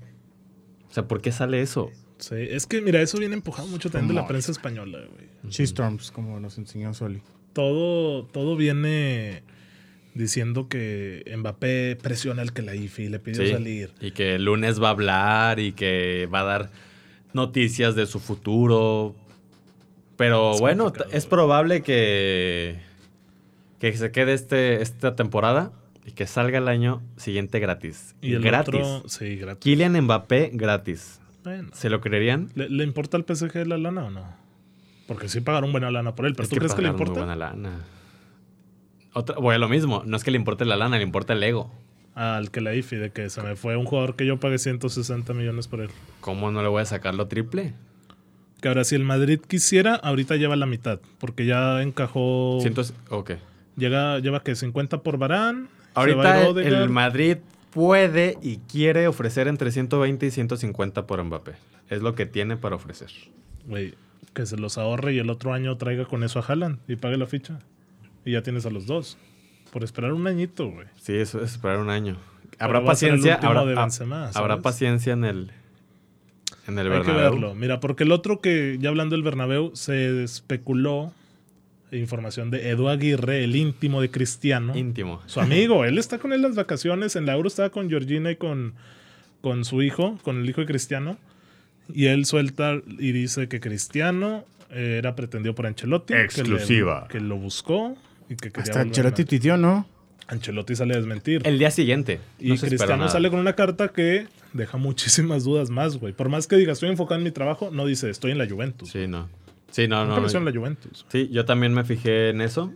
O sea, ¿por qué sale eso?
Sí, es que mira, eso viene empujado mucho también de la
Amor.
prensa española, güey.
She Storms, como nos enseñó Soli.
Todo, todo viene diciendo que Mbappé presiona al que la IFI le pidió
Sí.
salir.
Y que el lunes va a hablar y que va a dar noticias de su futuro. Pero
Es
bueno,
complicado.
t- es probable que, que se quede este, esta temporada y que salga el año siguiente gratis.
Y el
gratis.
otro, sí, gratis.
Kylian Mbappé gratis.
Bueno.
¿Se lo creerían?
¿Le, le importa al PSG la lana o no? Porque sí pagaron buena lana por él, pero
Es
¿tú crees que le
pagaron muy
importa?
buena lana. Otra, voy a lo mismo. No es que le importe la lana, le importa el ego.
al que la IFI, de que se me fue un jugador que yo pagué 160 millones por él.
¿Cómo no le voy a sacar lo triple?
Que ahora, si el Madrid quisiera, ahorita lleva la mitad, porque ya encajó.
Siento, ok.
Llega, lleva que 50 por Barán.
Ahorita el- el Madrid puede y quiere ofrecer entre 120 y 150 por Mbappé. Es lo que tiene para ofrecer.
que se los ahorre y el otro año traiga con eso a Haaland y pague la ficha. Y ya tienes a los dos. Por esperar un añito, güey.
Sí, eso es esperar un año.
Pero
Habrá
va a ser el
paciencia.
último
Habrá,
de
ha-
Benzema,
habrá
¿sabes?
paciencia en el en el
Hay que
Bernabéu.
verlo. Mira, porque el otro que, ya hablando del Bernabéu, se especuló información de Edu Aguirre, el íntimo de Cristiano.
Íntimo.
Su amigo, él está con él las vacaciones. En la Euro estaba con Georgina y con, con su hijo, con el hijo de Cristiano. Y él suelta y dice que Cristiano eh, era pretendido por Ancelotti. que le-
Exclusiva.
Que, lo buscó y que quería
Hasta
volver a
Ancelotti
Madrid.
titió, ¿no?
Ancelotti sale a desmentir.
El día siguiente.
y
No se espera
Cristiano
nada.
sale con una carta que deja muchísimas dudas más, güey. Por más que diga, estoy enfocado en mi trabajo, no dice, estoy en la Juventus.
Sí, no. Sí, no, no.
Nunca
no.
nació en la Juventus.
Sí, yo también me fijé en eso,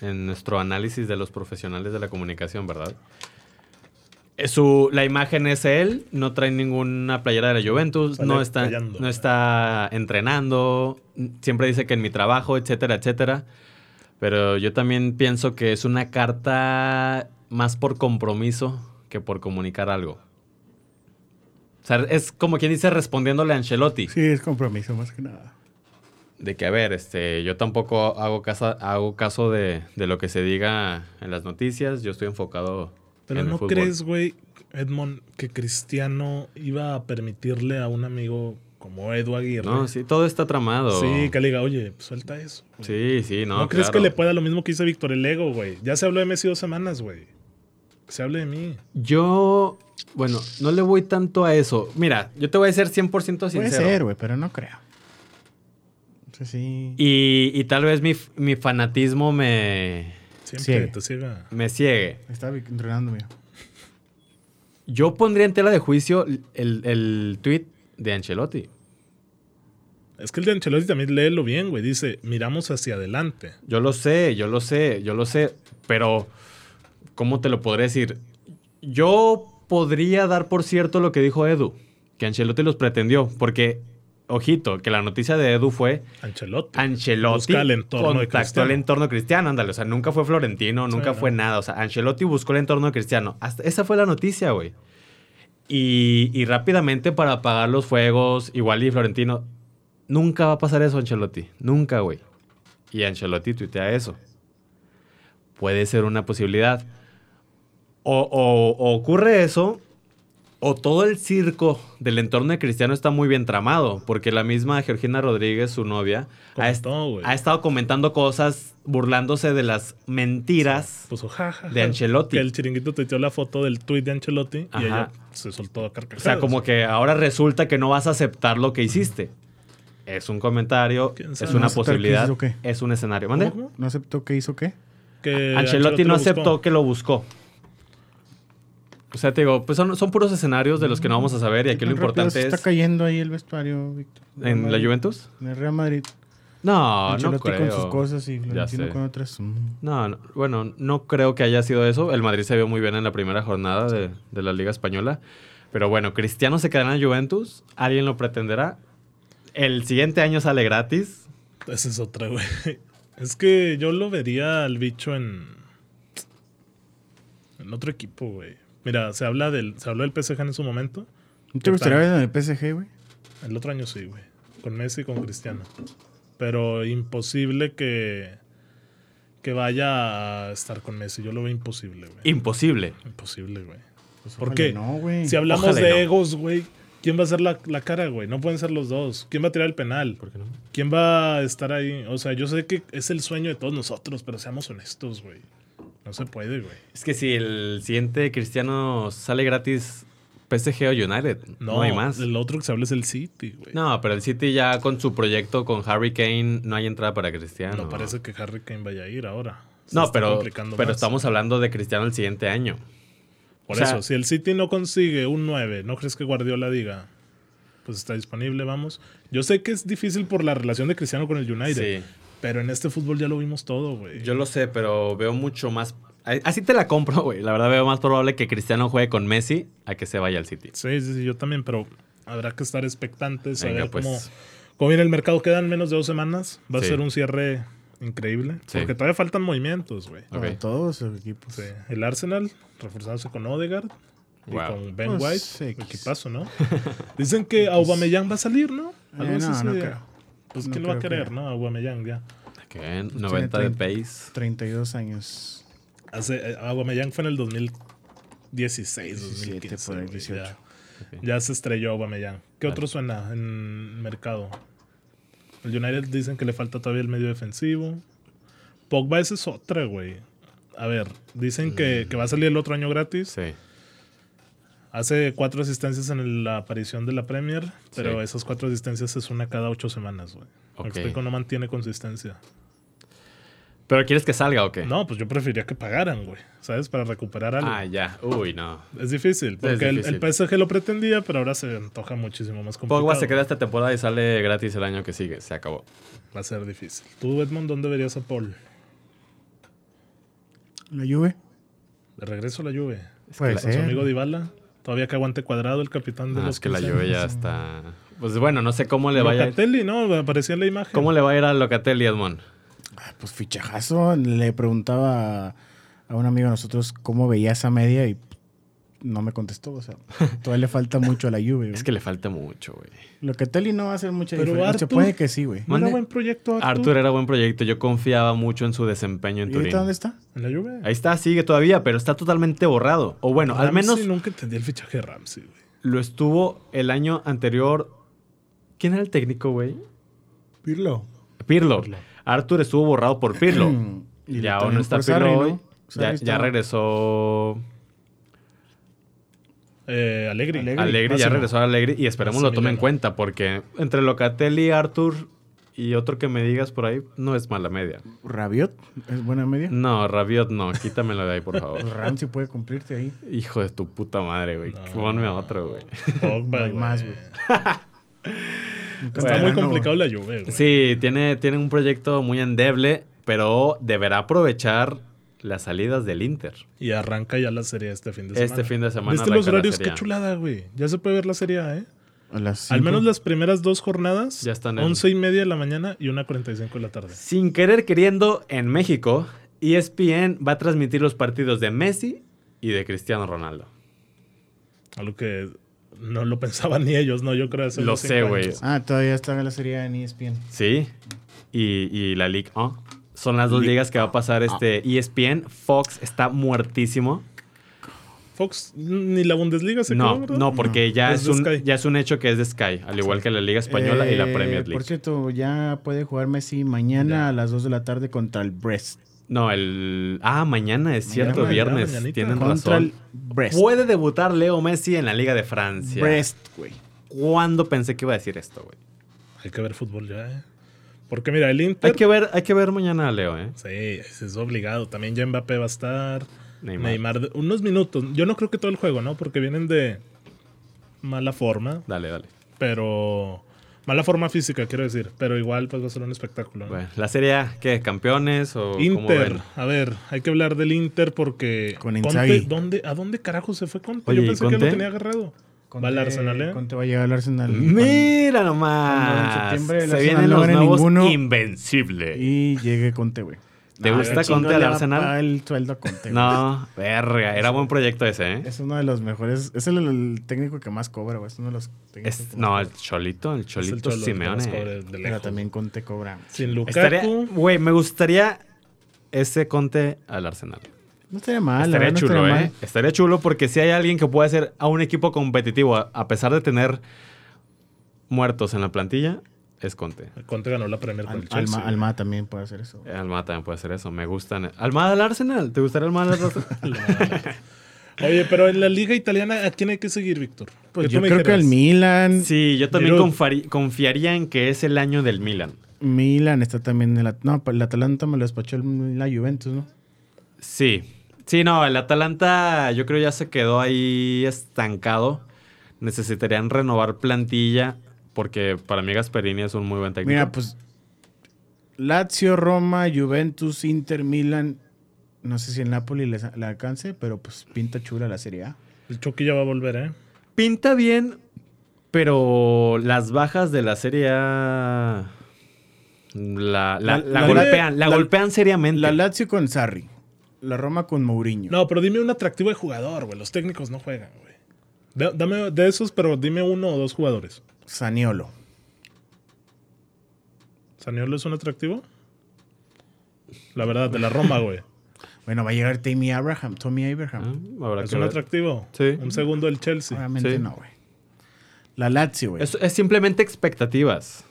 en nuestro análisis de los profesionales de la comunicación, ¿verdad? Eh, Su, la imagen es él, no trae ninguna playera de la Juventus,
Sale
no está,
callando.
no está entrenando, n- siempre dice que en mi trabajo, etcétera, etcétera. Pero yo también pienso que es una carta más por compromiso que por comunicar algo. O sea, es como quien dice respondiéndole a Ancelotti.
Sí, es compromiso más que nada.
De que, a ver, este, yo tampoco hago caso, hago caso de, de lo que se diga en las noticias. Yo estoy enfocado
Pero
en el
¿no
fútbol.
crees, güey, Edmond, que Cristiano iba a permitirle a un amigo como Edu Aguirre?
No, sí, todo está tramado.
Sí, que le diga, oye, pues, suelta eso. güey.
Sí, sí, no,
¿No crees
claro.
que le pueda lo mismo que hizo Víctor el Ego, güey? Ya se habló de Messi dos semanas, güey. Que se hable de mí.
Yo, bueno, no le voy tanto a eso. Mira, yo te voy a ser 100% sincero.
Puede ser, güey, pero no creo. O sea, sí.
Y, y tal vez mi, f- mi fanatismo me,
Siempre
Sí.
te ciega.
me ciegue.
Estaba entrenando, mira.
Yo pondría en tela de juicio el, el tweet de Ancelotti.
Es que el de Ancelotti también léelo bien, güey. Dice, miramos hacia adelante.
Yo lo sé, yo lo sé, yo lo sé, pero ¿cómo te lo podré decir? Yo podría dar por cierto lo que dijo Edu, que Ancelotti los pretendió, porque, ojito, que la noticia de Edu fue
Ancelotti.
Ancelotti
Busca el entorno de
contactó
Cristiano.
el entorno cristiano, ándale, o sea, nunca fue Florentino, nunca
no.
fue nada, o sea, Ancelotti buscó el entorno de cristiano, Hasta, esa fue la noticia, güey. Y, y rápidamente para apagar los fuegos, igual y Florentino, nunca va a pasar eso, Ancelotti, nunca, güey. Y Ancelotti tuitea eso. Puede ser una posibilidad. O, o- o ocurre eso, o todo el circo del entorno de Cristiano está muy bien tramado, porque la misma Georgina Rodríguez, su novia, ha, est-
Comentó, güey.
ha estado comentando cosas, burlándose de las mentiras.
Puso jaja.
De Ancelotti.
Que el chiringuito te dio la foto del tuit de Ancelotti
Ajá.
y ella se soltó a
O
carcajadas.
sea, como que ahora resulta que no vas a aceptar lo que hiciste. Es un comentario,
¿Quién sabe?
es una
¿No aceptar que
posibilidad,
hiciste o qué?
es un escenario. ¿Mande?
¿Cómo, cómo?
¿No aceptó que hizo Eh, qué?
Que
Ancelotti no
lo buscó.
aceptó que lo buscó. O sea, te digo, pues son, son puros escenarios de los que no vamos a saber y aquí lo
Tan rápido
importante
se
es...
Está cayendo ahí el vestuario, Víctor.
¿En la
Madrid.
Juventus? Ah,
En el Real Madrid.
No, no
Ancelotti
creo.
con sus cosas y Florentino
sé.
con otras. Mm.
No, no, bueno, no creo que haya sido eso. El Madrid se vio muy bien en la primera jornada de, de la Liga Española. Pero bueno, Cristiano se quedará en la Juventus. Alguien lo pretenderá. El siguiente año sale gratis.
Esa es otra, güey. Es que yo lo vería al bicho en. En otro equipo, güey. Mira, se habla del. Se habló del PSG en su momento.
¿No te gustaría ver en el PSG, güey?
El otro año sí, güey. Con Messi y con Cristiano. Pero imposible que. Que vaya a estar con Messi. Yo lo veo imposible, güey.
Imposible.
Imposible, güey.
Pues
¿Por
ojalá
qué?
No, güey.
Si hablamos
Mm, Ojalá y
de
no.
egos, güey. ¿Quién va a ser la, la cara, güey? No pueden ser los dos. ¿Quién va a tirar el penal?
¿Por qué no?
¿Quién va a estar ahí? O sea, yo sé que es el sueño de todos nosotros, pero seamos honestos, güey. No se puede, güey.
Es que si el siguiente Cristiano sale gratis, PSG o United. No,
No,
hay más.
El otro que se habla es el City, güey.
No, pero el City ya con su proyecto con Harry Kane no hay entrada para
No
Cristiano.
parece que Harry Kane vaya a ir ahora. Se
No,
está
pero,
complicando
pero
más.
estamos hablando de Cristiano el siguiente año.
Por
o sea-
eso, si el City no consigue un 9, ¿no crees que Guardiola diga? Pues está disponible, vamos. Yo sé que es difícil por la relación de Cristiano con el United,
Sí.
pero en este fútbol ya lo vimos todo, güey.
Yo lo sé, pero veo mucho más. a- Así te la compro, güey. La verdad veo más probable que Cristiano juegue con Messi a que se vaya al City.
Sí, sí, sí, yo también, pero habrá que estar expectantes a
Venga,
ver
pues.
cómo, cómo viene el mercado. Quedan menos de dos semanas. Va
Sí.
a ser un cierre increíble.
Sí.
Porque todavía faltan movimientos, güey.
Para
Ok.
todos los equipos. Eh,
Sí, El Arsenal, reforzándose con Odegaard y
Wow.
con Ben
Pues,
White.
X.
Equipazo, ¿no? Dicen que Aubameyang va a salir, ¿no?
Eh,
así
no,
se
no
veía.
creo.
Pues
No
quién lo va a
creo
querer,
que-
¿no? Aubameyang ya.
Ok,
Pues,
90 de
treinta.
pace.
32 años.
Hace, eh, Aubameyang fue en el 2016,
17
2015.
por ahí,
güey,
18.
ya.
Ok.
Ya se estrelló Aubameyang. ¿Qué
Vale.
otro suena en mercado? El United dicen que le falta todavía el medio defensivo. Pogba esa es
Mm.
otra, güey. A ver, dicen que, que va a salir el otro año gratis.
Sí.
Hace cuatro asistencias en el- la aparición de la Premier, pero
Sí.
esas cuatro asistencias es una cada ocho semanas, güey. Me
Ok.
explico, no mantiene consistencia.
¿Pero quieres que salga o qué?
No, pues yo preferiría que pagaran, güey, ¿sabes? Para recuperar algo.
Ah, ya. Uy, no.
es difícil, porque el-
difícil.
El, PSG lo pretendía, pero ahora se antoja muchísimo más complicado.
Pogba se queda esta temporada y sale gratis el año que sigue. Se acabó.
Va a ser difícil. ¿Tú, Edmond, dónde verías a Paul?
La Juve.
De regreso a la lluvia.
Es
Puede
que la-
Con su
ser.
amigo Dybala. Todavía que aguante cuadrado el capitán de
Ah,
los
es que la
15
lluvia ya
años.
está. Pues bueno, no sé cómo le vaya. a ir-
Locatelli, ¿no? Aparecía en la imagen.
¿Cómo le va a ir a Locatelli, Edmond?
Ah, Pues fichajazo. Le preguntaba a- a un amigo de nosotros cómo veía esa media y no me contestó. O sea, todavía le falta mucho a la Juve. güey.
Es que le falta mucho, güey.
Lo que Telly no va a hacer mucha
Pero
diferencia.
Arthur-
Puede que sí, güey.
No era
Mande.
buen proyecto Arthur.
Arthur era buen proyecto. Yo confiaba mucho en su desempeño en
¿Y ahorita
Turín.
dónde está?
En la lluvia.
Ahí está, sigue todavía, pero está totalmente borrado. O bueno, al menos
nunca entendí el fichaje de Ramsey, güey.
lo estuvo el año anterior. ¿Quién era el técnico, güey?
Pirlo.
Pirlo.
Pirlo.
Arthur estuvo borrado por Pirlo.
Mm, Y
ya
también
aún no está
por
Pirlo
Sarri, ¿no?
hoy.
Sarri
Ya,
está-
ya regresó
Eh, Alegre.
Allegri.
Alegre, ya
Máximo.
regresó Alegre y esperemos lo tome en
Massimiliano.
cuenta porque entre Locatelli, Arthur y otro que me digas por ahí, no es mala media.
Rabiot es buena media.
No, Rabiot no, quítamelo de ahí, por favor.
Pues Ramsey puede cumplirte ahí.
Hijo de tu puta madre, güey.
No.
Ponme a otro, güey.
Pogba,
No hay
güey.
más, güey.
Está muy complicado la lluvia, güey.
Sí, tiene, tiene un proyecto muy endeble, pero deberá aprovechar las salidas del Inter.
Y arranca ya la serie este fin de
Este
semana.
fin de semana
¿Viste los
arranca la
horarios?
Serie
Qué
A.
chulada, güey. Ya se puede ver la serie A, ¿eh?
A las
Al
cinco.
menos las primeras dos jornadas.
Ya están en-
11 y media de la mañana y 1.45 de la tarde.
Sin querer queriendo, en México, E ESPN va a transmitir los partidos de Messi y de Cristiano Ronaldo.
Algo que no lo pensaban ni ellos, ¿no? Yo creo hace
Lo
unos
sé,
cinco
güey.
años.
Ah, todavía está en la serie A en E ESPN.
Sí. Y, y la Ligue 1. Son las dos
Ligue
ligas que va a pasar este ESPN. Fox está muertísimo.
Fox, ni la Bundesliga se
No,
quedó, ¿verdad?
no, porque Ya,
Es
es
de
un,
Sky.
ya es un hecho que es de Sky, al igual que la Liga Española y la
Eh,
Premier League.
Por cierto, ya puede jugar Messi mañana
Ya.
a las 2 de la tarde contra el Brest.
No, el. Ah, mañana es cierto,
Mañana,
viernes.
mañanita.
Tienen
Contra el
razón.
Brest.
Puede debutar Leo Messi en la Liga de Francia.
Brest, güey.
¿Cuándo pensé que iba a decir esto, güey?
Hay que ver fútbol ya, ¿eh? Porque mira, el Inter.
Hay que ver, hay que ver mañana a Leo, ¿eh?
Sí, ese es obligado. También ya Mbappé va a estar.
Neymar.
Neymar. de- unos minutos. Yo no creo que todo el juego, ¿no? Porque vienen de mala forma,
Dale, dale.
pero. Mala forma física, quiero decir. Pero igual, pues va a ser un espectáculo. ¿no?
Bueno, la serie A, ¿qué? ¿Campeones o cómo
Inter,
ven?
a ver, hay que hablar del Inter porque
Con
Conte,
Inzaghi.
¿dónde, ¿a dónde carajo se fue Conte?
Oye,
Yo
¿y
pensé que
Conte?
lo tenía agarrado. va al Arsenal, ¿eh?
Conte va a llegar al Arsenal.
Mira
en
nomás.
septiembre el
Se
Arsenal
vienen
no
los
gana
nuevos
ninguno.
invencible.
Y llegue Conte, güey.
¿Te
Ah,
gusta
qué chingo
Conte al
le va eh.
Arsenal?
a pagar el sueldo a Conte. güey.
No, verga, era buen proyecto ese, ¿eh?
Es uno de los mejores. Es el, el técnico que más cobra, güey. Es uno de los técnicos.
Es-
que más
no,
cobra.
el Cholito, el
Es el
Cholito
Cholo, que más
Simeone.
cobre de
Pero
lejos.
también Conte cobra. güey.
Sin Lukaku.
Estaría- Güey, me gustaría ese Conte al Arsenal.
No estaría mal, Ah, la
estaría
verdad, no
chulo,
estaría
¿eh?
mal.
Estaría chulo porque si hay alguien que pueda hacer a un equipo competitivo, a- a pesar de tener muertos en la plantilla, es Conte.
Conte ganó la Premier con
Al-
el Chelsea.
Alma, Alma también puede hacer eso. güey.
Almada también puede hacer eso. Me gustan. Almada al Arsenal. ¿Te gustaría Almada al Arsenal?
Oye, pero en la liga italiana, ¿a quién hay que seguir, Víctor?
Pues
¿Qué
yo
tú me
creo que
dijeras?
el Milan.
sí, yo también
Giroud.
confari- confiaría en que es el año del Milan.
Milan está también en la. No, el Atalanta me lo despachó el- la Juventus, ¿no?
Sí. Sí, no, el Atalanta yo creo ya se quedó ahí estancado. Necesitarían renovar plantilla porque para mí Gasperini es un muy buen técnico.
Mira, pues. Lazio, Roma, Juventus, Inter, Milan. No sé si el Napoli les- la alcance, pero pues pinta chula la Serie A.
El Chucky ya va a volver, ¿eh?
Pinta bien, pero las bajas de la Serie A la, la- la
la-
golpean, la,
la-
golpean seriamente.
La Lazio con Sarri. La Roma con Mourinho.
No, pero dime un atractivo de jugador, güey. Los técnicos no juegan, güey. Da- Dame de esos, pero dime uno o dos jugadores.
Saniolo.
¿Saniolo es un atractivo? La verdad, de la Roma, güey.
Bueno, va a llegar Tammy Abraham. Tommy Abraham.
Ah, habrá
¿Es
que
un
ver.
atractivo?
Sí.
Un segundo
Ah,
del Chelsea.
Obviamente
Sí.
no, güey. La Lazio, güey.
Es, es simplemente expectativas.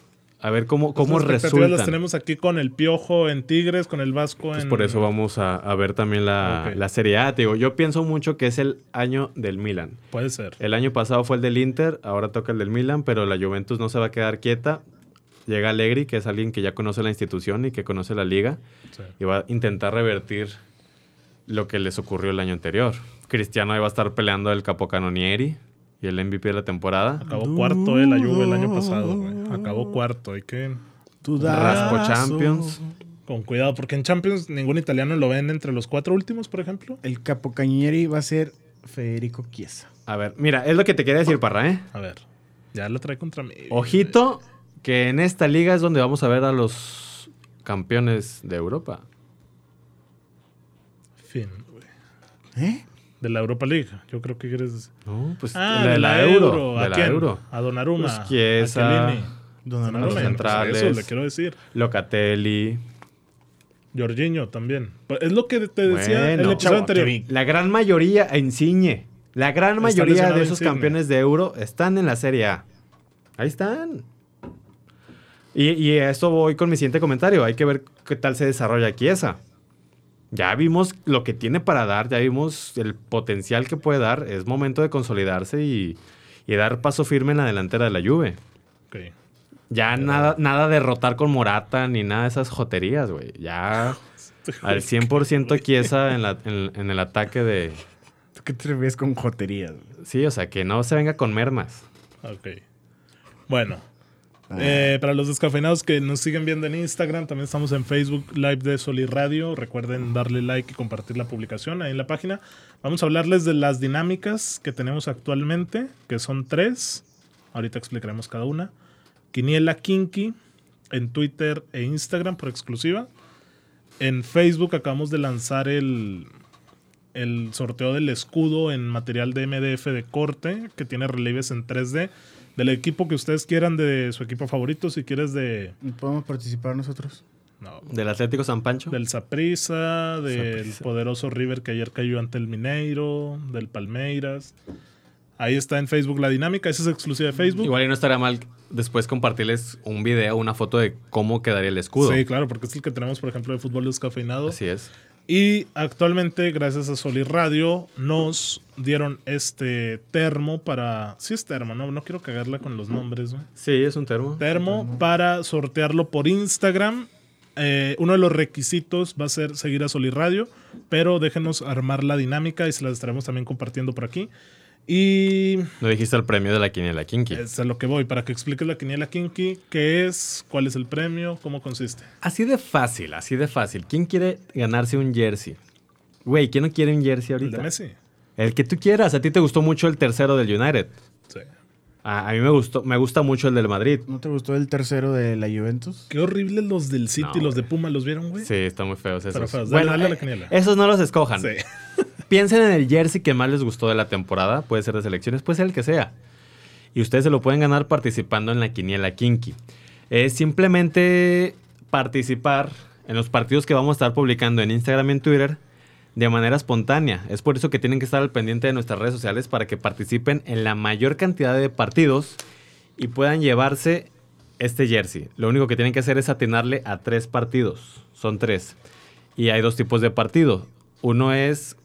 A ver cómo, cómo
Las expectativas
resultan.
las tenemos aquí con el Piojo en Tigres, con el Vasco
Pues
en... Ah,
por eso vamos a, a ver también la,
Ok.
la Serie A. Te digo, yo pienso mucho que es el año del Milan.
Puede ser.
El año pasado fue el del Inter, ahora toca el del Milan, pero la Juventus no se va a quedar quieta. Llega Allegri, que es alguien que ya conoce la institución y que conoce la liga,
Sí.
y va a intentar revertir lo que les ocurrió el año anterior. Cristiano ahí va a estar peleando el Capocanonieri y el MVP de la temporada.
Acabó cuarto eh, la Juve el año pasado, güey. Acabó cuarto. Hay que...
Raspo Champions.
Con cuidado, porque en Champions ningún italiano lo ven entre los cuatro últimos, por ejemplo.
El capocañeri va a ser Federico Chiesa.
A ver, mira, es lo que te quería decir, Parra, ¿eh?
A ver, ya lo trae contra mí.
Ojito, que en esta liga es donde vamos a ver a los campeones de Europa.
Fin, güey.
¿Eh?
De la Europa League, yo creo que quieres decir.
No, pues
Ah,
la de la, Euro.
¿A
de la
quién?
Euro.
A Donnarumma.
Pues, Chiesa,
a Chiellini. Donnarumma,
los
pues,
centrales.
Eso le quiero decir.
Locatelli.
Jorginho también. Pues, es lo que te decía
Bueno,
el
chavo,
episodio anterior.
Kevin.
La gran mayoría, a Insigne. La gran
Está
mayoría
lesionado
de esos
Insigne.
campeones de Euro están en la Serie A. Ahí están. Y, y a esto voy con mi siguiente comentario. Hay que ver qué tal se desarrolla aquí esa. Ya vimos lo que tiene para dar, ya vimos el potencial que puede dar. Es momento de consolidarse y, y dar paso firme en la delantera de la Juve.
Ok.
Ya nada, nada de rotar con Morata ni nada de esas joterías, güey. Ya al 100% Chiesa en, la- en- en el ataque de...
¿Tú qué te refieres con joterías? güey?
Sí, o sea, que no se venga con mermas.
Ok. Bueno. eh, para los descafeinados que nos siguen viendo en Instagram, también estamos en Facebook Live de Soli Radio. Recuerden darle like y compartir la publicación ahí en la página. Vamos a hablarles de las dinámicas que tenemos actualmente, que son tres. Ahorita explicaremos cada una. Quiniela Kinky en Twitter e Instagram por exclusiva. En Facebook acabamos de lanzar el, el sorteo del escudo en material de MDF de corte, que tiene relieves en 3D, del equipo que ustedes quieran, de su equipo favorito, si quieres de...
¿No ¿Podemos participar nosotros?
no,
Del Atlético San Pancho.
del Saprissa, del
Saprissa.
poderoso River que ayer cayó ante el Mineiro, del Palmeiras. Ahí está en Facebook la dinámica, esa es exclusiva de Facebook.
Igual y no estaría mal después compartirles un video, una foto de cómo quedaría el escudo.
Sí, claro, porque es el que tenemos, por ejemplo, de fútbol descafeinado.
Así es.
Y actualmente, gracias a Solir Radio, nos dieron este termo para. Sí, es termo, no, no quiero cagarla con los nombres, güey.
Sí, es un termo.
Termo para sortearlo por Instagram. Eh, uno de los requisitos va a ser seguir a Solir Radio, pero déjenos armar la dinámica y se las estaremos también compartiendo por aquí. Y
No dijiste el premio de la quiniela Kinky.
es a lo que voy, para que expliques la quiniela Kinky, qué es, cuál es el premio, cómo consiste.
Así de fácil, así de fácil. ¿Quién quiere ganarse un jersey? Güey, ¿quién no quiere un jersey
El de
ahorita?
Messi.
El que tú quieras. A ti te gustó mucho el tercero del United.
Sí.
A, a mí me gustó, me gusta mucho el del Madrid.
¿No te gustó el tercero de la Juventus?
Qué horribles los del City,
No,
los de
güey.
Puma, ¿los vieron, güey?
Sí, está muy feos esos.
Pero feos. Dale,
Bueno,
dale a la
eh,
quiniela.
esos no los escojan.
Sí.
Piensen en el jersey que más les gustó de la temporada, puede ser de selecciones, puede ser el que sea. Y ustedes se lo pueden ganar participando en la quiniela Kinky. Es simplemente participar en los partidos que vamos a estar publicando en Instagram y en Twitter de manera espontánea. Es por eso que tienen que estar al pendiente de nuestras redes sociales para que participen en la mayor cantidad de partidos y puedan llevarse este jersey. Lo único que tienen que hacer es atinarle a tres partidos. Son tres. Y hay dos tipos de partido. Uno es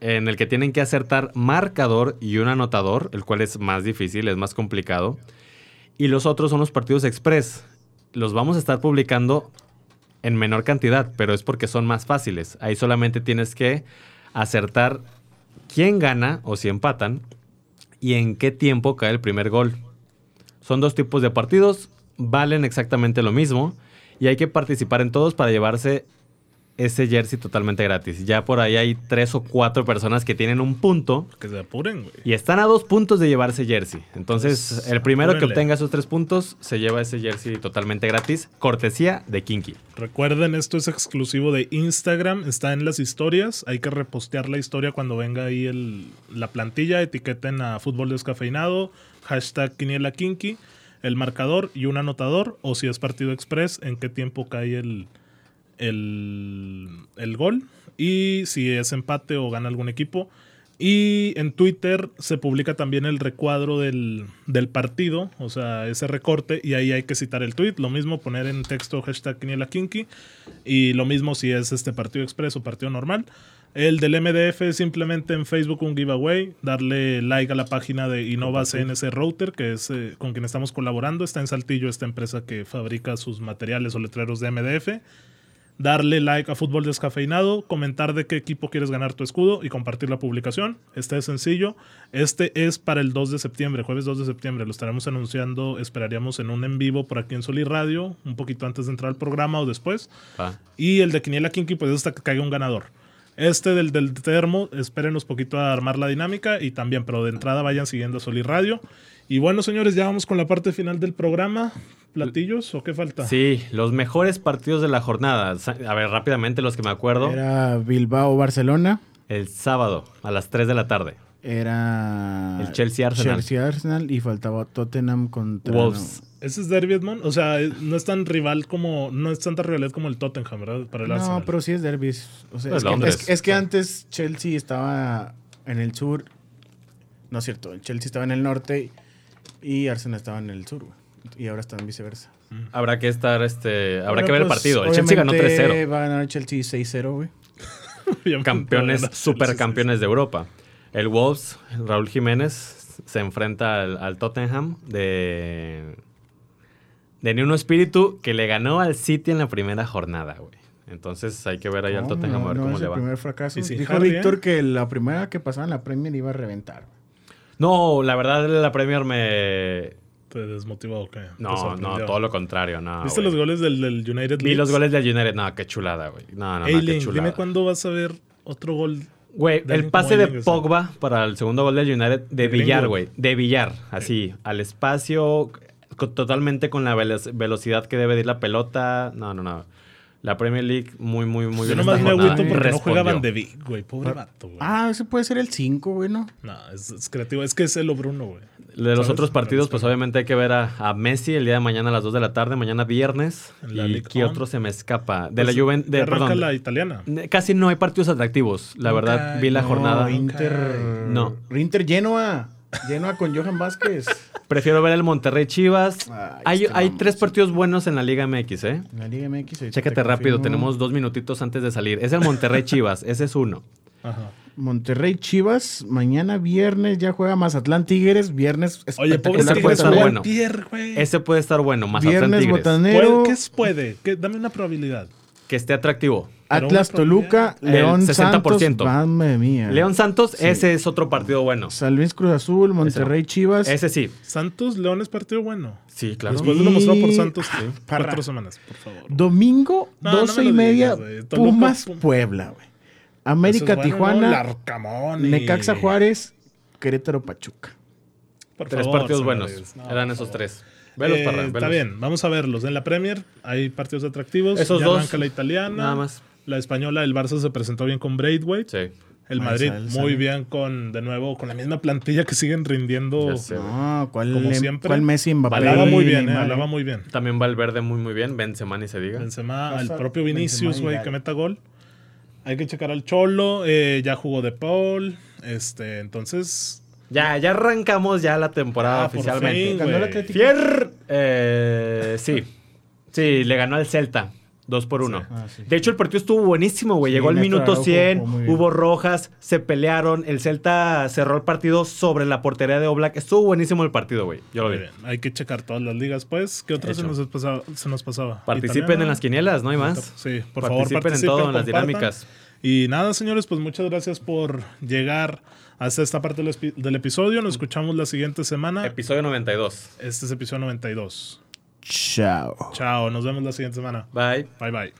en el que tienen que acertar marcador y un anotador, el cual es más difícil, es más complicado. Y los otros son los partidos express. Los vamos a estar publicando en menor cantidad, pero es porque son más fáciles. Ahí solamente tienes que acertar quién gana o si empatan y en qué tiempo cae el primer gol. Son dos tipos de partidos, valen exactamente lo mismo y hay que participar en todos para llevarse ese jersey totalmente gratis. Ya por ahí hay tres o cuatro personas que tienen un punto
Que se apuren, güey.
y están a dos puntos de llevarse jersey. Entonces,
Pues,
el primero que
apúrenle.
obtenga esos tres puntos se lleva ese jersey totalmente gratis, cortesía de Kinky.
Recuerden, esto es exclusivo de Instagram, está en las historias, hay que repostear la historia cuando venga ahí el, la plantilla, etiqueten a fútbol descafeinado, hashtag quiniela kinky, el marcador y un anotador, o si es partido express, en qué tiempo cae el, el, el gol, y si es empate o gana algún equipo. Y en Twitter se publica también el recuadro del, del partido, o sea, ese recorte, y ahí hay que citar el tweet. Lo mismo poner en texto hashtag Quiniela Kinky, y lo mismo si es este partido expreso, partido normal. El del MDF es simplemente en Facebook un giveaway, darle like a la página de Innova CNC Router, que es eh, con quien estamos colaborando. Está en Saltillo esta empresa que fabrica sus materiales o letreros de MDF. Darle like a Fútbol Descafeinado, comentar de qué equipo quieres ganar tu escudo y compartir la publicación. Este es sencillo. Este es para el 2 de septiembre, jueves 2 de septiembre. Lo estaremos anunciando, esperaríamos en un en vivo por aquí en Sol y Radio, un poquito antes de entrar al programa o después.
Va.
Y el de Quiniela Kinky, pues es hasta que caiga un ganador. Este del, del termo, espérenos poquito a armar la dinámica y también, pero de entrada vayan siguiendo a Sol y Radio. Y bueno, señores, ya vamos con la parte final del programa. ¿Platillos o qué falta?
Sí, los mejores partidos de la jornada. Sa- A ver, rápidamente los que me acuerdo.
Era Bilbao-Barcelona.
El sábado a las 3 de la tarde.
Era.
El Chelsea-Arsenal.
Chelsea-Arsenal y faltaba Tottenham contra.
Wolves.
Ese es Derby Edmond. O sea, eh, no es tan rival como. No es tanta rivalidad como el Tottenham, ¿verdad? Para el
No,
Arsenal.
pero sí es derbis. O sea,
Pues
es, que,
Londres.
es- es que antes Chelsea estaba en el sur. No es cierto, el Chelsea estaba en el norte y Arsenal estaba en el sur. güey. Y ahora están viceversa.
Habrá que estar, este, habrá
Pero,
que ver el
pues,
partido. El Chelsea ganó
obviamente
3-0.
Va a ganar el Chelsea 6-0, güey.
Bien,
Campeones,
bueno,
supercampeones de Europa. El Wolves, Raúl Jiménez, se enfrenta al, al Tottenham de, de Ni Uno Espíritu, que le ganó al City en la primera jornada, güey. Entonces hay que ver ahí al
Oh,
No,
Tottenham
no,
a ver
no
cómo
es
le
el
va.
primer fracaso.
Y sin
Dijo
Harry, ¿eh?
Víctor que la primera que pasaba en la Premier iba a reventar.
No, la verdad, la Premier me.
¿Te desmotivó o qué? Te
No, no,
sorprendió.
todo lo contrario, no.
¿Viste
güey.
los goles del, del United
Vi los
Leeds?
goles del United. No, qué chulada, güey. No, no, no,
Eileen,
qué chulada.
dime cuándo vas a ver otro gol.
Güey,
de alguien
el
como
pase de
Eileen, o sea.
Pogba para el segundo gol del United de
Gringo.
Villar, güey. De Villar, así, al espacio, co- totalmente con la velo- velocidad que debe de ir la pelota. No, no, no. La Premier League, muy, muy, muy
Yo
bien.
nomás me
esta jornada.
agüito porque no
Respondió.
jugaban de Vic, güey. Pobre vato, güey.
Ah, ese puede ser el 5, güey, ¿no?
No, es, es creativo. Es que es el lo Bruno, güey.
De los
¿Sabes?
otros partidos,
Pero
pues
es
obviamente hay que ver a, a Messi el día de mañana a las 2 de la tarde, mañana viernes.
En la
¿Y
Ligue
qué
On.
otro se me escapa? De
Pues,
la Juven-
que
de
arranca
Perdón.
la italiana.
Ne- Casi no hay partidos atractivos, la
Nunca
verdad.
hay,
Vi la
no,
jornada.
y-
Inter.
No.
Inter Genoa. Genoa con Johan Vázquez.
Prefiero ver el Monterrey Chivas.
Ay,
hay
este
hay
mamón.
tres partidos buenos en la Liga MX, ¿eh?
En La Liga MX. ahorita
Chécate
te
rápido,
confirmo.
tenemos dos minutitos antes de salir. Es el Monterrey Chivas, ese es uno.
Ajá.
Monterrey Chivas. Mañana viernes ya juega Mazatlán Tigres. Viernes.
Oye, pobre
Ese
espectacular.
puede
Tigres,
estar
güey.
bueno.
Pierre, güey.
Ese puede estar bueno, más
Viernes
Tigres.
Botanero.
Puede- ¿Qué es puede? ¿Qué- dame una probabilidad.
Que esté atractivo.
Atlas
Pero una
Toluca.
probabilidad.
León
El 60%.
Santos. Madre mía.
León Santos, ese es otro partido bueno.
San Luis Cruz Azul. Monterrey Chivas.
Ese sí.
Santos León es partido bueno.
Sí, claro.
Después de lo mostrado por
Y-
Santos,
Parra.
cuatro semanas, por favor.
Domingo,
No, no me
12
lo
y
digas,
media.
güey. Toluca,
Pumas
Pum-
Puebla, güey. América
Eso es bueno, ¿no?
Tijuana.
Larcamón y-
Necaxa Juárez. Querétaro Pachuca.
Por
Tres
favor,
partidos
señores.
buenos.
No,
Eran
por
esos
favor.
tres. Velos,
Eh,
Parra, velos.
Está bien, vamos a verlos. En la Premier hay partidos atractivos.
Esos
ya
dos,
arranca la italiana.
nada más.
La española, el Barça se presentó bien con Braithwaite.
Sí.
El
Ah,
Madrid
sale,
muy
sale.
bien con, de nuevo, con la misma plantilla que siguen rindiendo.
Ya sé.
No, ¿cuál,
Como
em-
siempre.
¿cuál Messi Mbappé?
Hablaba muy bien, eh,
Neymar,
hablaba muy bien.
También Valverde muy, muy bien. Benzema ni se diga.
Benzema, al
Pasa
propio
Benzema
Vinicius,
y
güey,
Gal.
que meta gol. Hay que checar al Cholo, eh, ya jugó de Paul, este, entonces...
Ya, ya arrancamos ya la temporada
Ah, por
oficialmente.
fin,
Ganó el
güey.
Atlético.
Fier. eh, sí. Sí, le ganó al Celta. Dos por uno.
Ah, sí.
De hecho, el partido estuvo buenísimo, güey.
Sí,
Llegó al
Neto
minuto
Araujo
100,
jugó muy bien.
hubo rojas, se pelearon. El Celta cerró el partido sobre la portería de Oblak. Estuvo buenísimo el partido, güey. Yo lo
Muy
vi.
bien. Hay que checar todas las ligas, pues. ¿Qué otras se
Hecho.
nos, pasaba- se nos pasaba?
Participen en las quinielas, ¿no hay más?
Sí, por favor,
participen, en todo, en las
compartan.
dinámicas.
Y nada, señores, pues muchas gracias por llegar hasta esta parte del, espi- del episodio. Nos escuchamos la siguiente semana.
Episodio 92.
este es episodio 92.
Chao.
Chao, nos vemos la siguiente semana.
Bye.
Bye bye.